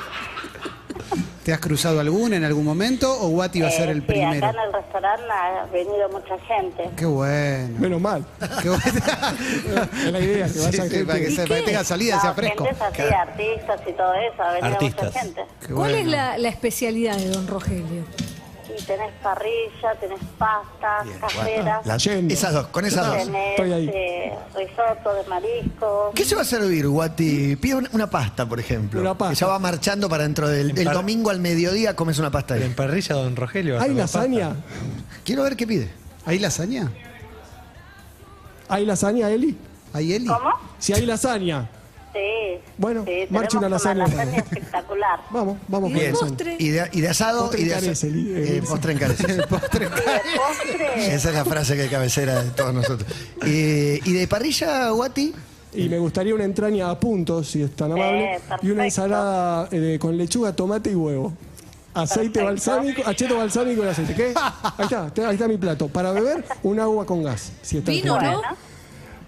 S5: ¿Te has cruzado alguna en algún momento o Guati va a ser
S8: eh,
S5: el
S8: sí,
S5: primero?
S8: acá en el restaurante ha venido mucha gente.
S5: Qué bueno.
S3: Menos mal.
S5: Qué bueno.
S3: Es la idea, que
S5: Sí,
S3: vaya
S5: sí,
S3: gente.
S5: para que,
S1: ¿Y
S5: se- para que
S1: qué?
S5: tenga salida,
S8: No,
S5: sea fresco.
S8: Gente así, artistas y todo eso, ha venido
S6: Artistas.
S8: mucha gente.
S5: Qué
S1: ¿Cuál es
S5: bueno.
S1: la, la especialidad de don Rogelio?
S8: Y tenés parrilla, tenés pastas,
S4: Bien, Guati.
S8: caseras,
S4: La-
S3: Yendo.
S4: esas dos, con esas dos.
S8: tenés
S3: Estoy ahí.
S8: eh, risotto de marisco.
S4: ¿Qué se va a servir, Guati? Pide un- una pasta, por ejemplo.
S3: Una pasta.
S4: Que ya va marchando para dentro del el
S6: Para-
S4: domingo al mediodía, comes una pasta
S6: En
S4: ahí.
S6: parrilla, don Rogelio.
S3: ¿Hay
S6: la
S3: lasaña?
S4: Quiero ver qué pide.
S5: ¿Hay lasaña?
S3: ¿Hay lasaña, Eli?
S5: ¿Hay Eli?
S8: ¿Cómo?
S3: Si hay lasaña.
S8: Sí.
S3: Bueno,
S8: sí,
S3: marcha una
S8: tenemos
S3: lasaña.
S8: espectacular.
S3: Vamos, vamos.
S1: ¿Y el
S3: con eso.
S1: postre?
S4: Y de, y de asado
S3: Postre
S4: y de
S3: encarece,
S4: asado.
S3: Eli, eh,
S4: postre encarece.
S8: Y de postre,
S4: Esa es la frase que cabecera de todos nosotros. Eh, ¿Y de parrilla, Guati?
S3: Y me gustaría una entraña a puntos, si es tan amable. y
S8: Eh, perfecto.
S3: una ensalada eh, de- con lechuga, tomate y huevo. Aceite
S8: Perfecto.
S3: balsámico, acheto balsámico y aceite. ¿Qué? Ahí está, te- ahí está mi plato. Para beber, un agua con gas. Si está
S1: Vino,
S3: enfrente.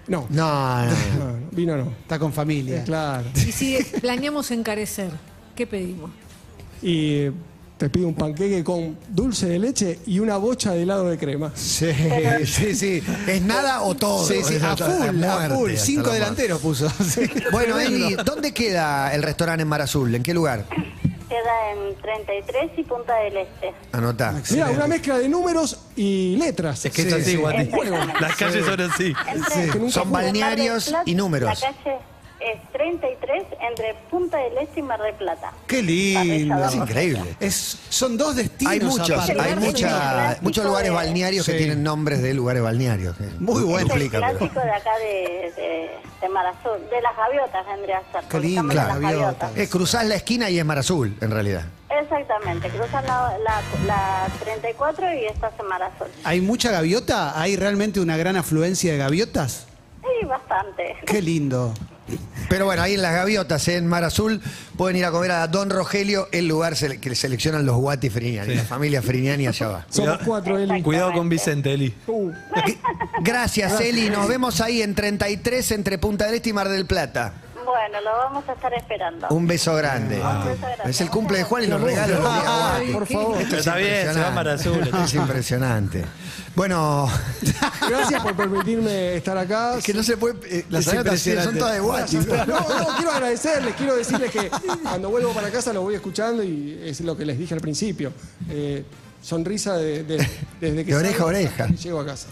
S1: ¿no?
S3: No,
S4: No, no. no.
S3: no, no, vino no.
S5: Está con familia.
S3: Eh, claro.
S1: Y si planeamos encarecer, ¿qué pedimos?
S3: Y eh, te pido un panqueque con dulce de leche y una bocha de helado de crema.
S5: Sí, sí, sí.
S4: ¿Es nada o todo?
S5: Sí, sí, a
S4: Es
S5: full, a
S4: muerte,
S5: full.
S4: hasta
S5: Cinco
S4: la muerte.
S5: delanteros puso. Sí.
S4: Bueno, Eli, ¿dónde queda el restaurante en Mar Azul? ¿En qué lugar?
S8: Queda en 33 y Punta del Este.
S4: Anotá.
S3: Mira, una mezcla de números y letras.
S6: Es que es
S5: Sí,
S6: así,
S5: sí.
S6: Guati.
S8: Juego.
S6: Las calles son así.
S8: Entre-
S3: Que nunca
S4: Son
S3: fue.
S4: balnearios
S8: Mar del Plata-
S4: y números.
S8: La calle es 33 entre Punta del Este y Mar del Plata.
S5: Qué lindo.
S8: Parrilla
S4: Es increíble.
S5: Es- son dos destinos.
S4: Hay muchos,
S5: aparte.
S4: hay
S8: Lugar
S4: mucha,
S8: clásico
S4: muchos lugares
S8: de-
S4: balnearios que
S5: Sí.
S4: tienen nombres de lugares balnearios. eh.
S5: Muy bueno.
S8: Es el
S4: Duplica, pero-
S8: clásico de acá de, de, de Mar Azul, de las gaviotas vendría a ser.
S5: Qué lindo, las
S8: porque estamos en las
S5: gaviotas.
S8: gaviotas.
S4: Eh, cruzás la esquina y es Mar Azul, en realidad.
S8: Exactamente, cruzan la, la, la 34 y esta Semana Sol.
S5: ¿Hay mucha gaviota? ¿Hay realmente una gran afluencia de gaviotas?
S8: Sí, bastante.
S5: Qué lindo.
S4: Pero bueno, ahí en las gaviotas, eh, en Mar Azul, pueden ir a comer a Don Rogelio, el lugar sele- que seleccionan los guatis Friniani. La familia Friniani allá va.
S3: Somos cuatro, Eli.
S6: Cuidado con Vicente, Eli.
S3: Uh,
S4: G- Gracias, Eli. Nos vemos ahí en 33 entre Punta del Este y Mar del Plata.
S8: Bueno, lo vamos a estar esperando.
S4: Un beso grande.
S8: beso grande.
S4: Es el cumple de Juan y los regalos. los guatis.
S3: por favor.
S4: Esto es
S6: Está bien, se va
S4: impresionante.
S6: Mar Azul.
S4: Es impresionante. Bueno,
S3: Gracias por permitirme estar acá.
S4: es que no se puede. eh, las
S6: Es
S4: anécdotas son
S6: impresionante.
S4: todas de guatis.
S3: No, no, quiero agradecerles, quiero decirles que cuando vuelvo para casa los voy escuchando y es lo que les dije al principio. Eh, sonrisa de- de- desde que
S4: De oreja a
S3: salgo
S4: oreja.
S3: hasta que llego a casa.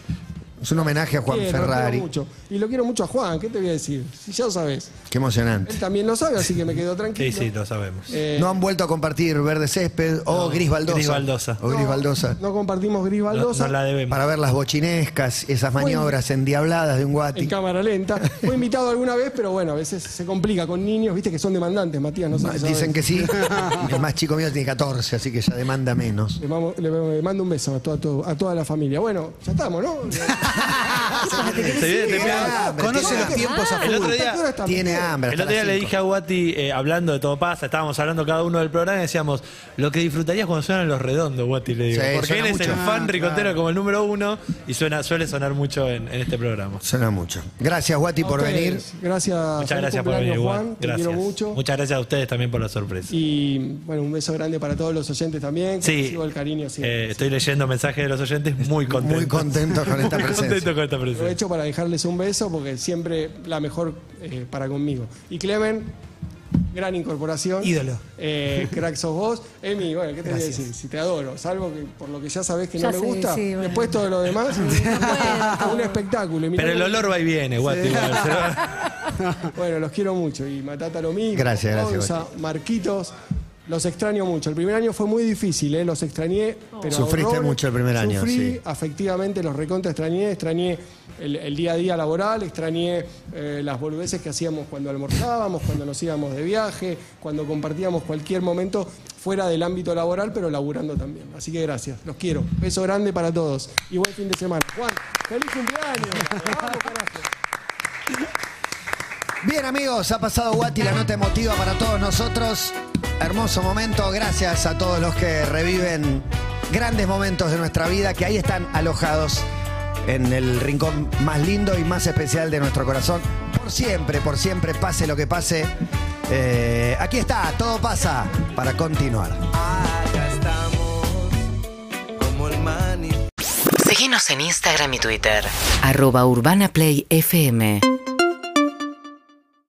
S4: Es un homenaje a Juan
S3: Bien, lo quiero
S4: Ferrari.
S3: mucho. Y lo quiero mucho a Juan, ¿qué te voy a decir? Si ya lo sabes.
S4: Qué emocionante.
S3: Él también lo sabe, así que me quedo tranquilo.
S6: Sí, sí, lo sabemos.
S3: Eh,
S4: No han vuelto a compartir Verde Césped o Gris Baldosa.
S6: Gris Baldosa.
S4: O Gris Baldosa.
S3: No compartimos Gris
S6: No,
S3: Baldosa.
S6: no la debemos.
S4: Para ver las bochinescas, esas maniobras endiabladas de un
S3: en
S4: guati.
S3: cámara lenta. Fue invitado alguna vez, pero bueno, a veces se complica con niños, viste que son demandantes, Matías, no sé si sabes.
S4: Dicen que sí. El más chico mío tiene 14, así que ya demanda menos.
S3: Le, mamo- le- le mando un beso a toda, to- a toda la familia. Bueno, ya estamos, ¿no?
S6: Se viene, te pega.
S4: hambre,
S5: Conoce
S4: tiene
S5: los
S4: hambre.
S5: tiempos a
S6: El
S5: full.
S6: otro
S3: ¿Hasta qué hora
S6: día,
S3: estamos?
S4: Tiene hambre.
S6: el
S4: hasta
S6: otro día
S4: las
S6: le
S4: cinco.
S6: dije a Guati, eh, hablando de Todo Pasa, estábamos hablando cada uno del programa y decíamos, lo que disfrutarías cuando suenan los redondos, Guati, le digo.
S4: Sí,
S6: Porque
S4: suena
S6: él es
S4: mucho.
S6: el fan
S4: Ah,
S6: ricotero como el número uno y suena, suele sonar mucho en, en este programa.
S4: Suena mucho. Gracias, Guati, por venir.
S3: Ustedes, Gracias.
S6: Muchas
S3: Feliz
S6: gracias por
S3: cumpleaños,
S6: venir,
S3: Juan.
S6: Guati.
S3: Te
S6: Gracias.
S3: quiero mucho.
S6: Muchas gracias a ustedes también por la sorpresa.
S3: Y bueno, un beso grande para todos los oyentes también. que
S6: Sí,
S3: recibo el cariño siempre.
S6: eh, estoy leyendo mensajes de los oyentes muy contentos.
S4: Muy contentos con esta
S6: Muy
S4: presencia.
S6: contentos con esta presencia.
S3: Aprovecho para dejarles un beso porque siempre la mejor eh, para conmigo. Y Clemen, gran incorporación.
S5: Ídolo.
S3: Eh, crack sos vos. Emi, bueno, ¿qué te voy a decir? Si te adoro, salvo que por lo que ya sabés que
S1: Ya
S3: no me
S1: sé,
S3: gusta,
S1: sí, bueno.
S3: después todo lo demás, un espectáculo. Y mirá
S6: Pero el
S3: que-
S6: olor va y viene, Guati. igual, se va.
S3: Bueno, los quiero mucho. Y Matata lo mismo.
S4: Gracias, gracias,
S3: Gonza, Marquitos. Los extraño mucho. El primer año fue muy difícil, ¿eh? los extrañé. Pero a
S4: Sufriste
S3: horrores.
S4: mucho el primer año,
S3: Sufrí,
S4: sí.
S3: afectivamente los recontra extrañé. Extrañé el, el día a día laboral, extrañé eh, las boludeces que hacíamos cuando almorzábamos, cuando nos íbamos de viaje, cuando compartíamos cualquier momento fuera del ámbito laboral, pero laburando también. Así que gracias, los quiero. Beso grande para todos y buen fin de semana. Juan, feliz cumpleaños. Vamos, carajo.
S4: Bien, amigos, ha pasado Guati la nota emotiva para todos nosotros. Hermoso momento. Gracias a todos los que reviven grandes momentos de nuestra vida que ahí están alojados en el rincón más lindo y más especial de nuestro corazón. Por siempre, por siempre, pase lo que pase. Eh, aquí está, todo pasa para continuar.
S9: Acá estamos, como el maní.
S10: Seguinos en Instagram y Twitter.
S11: arroba Urbana Play FM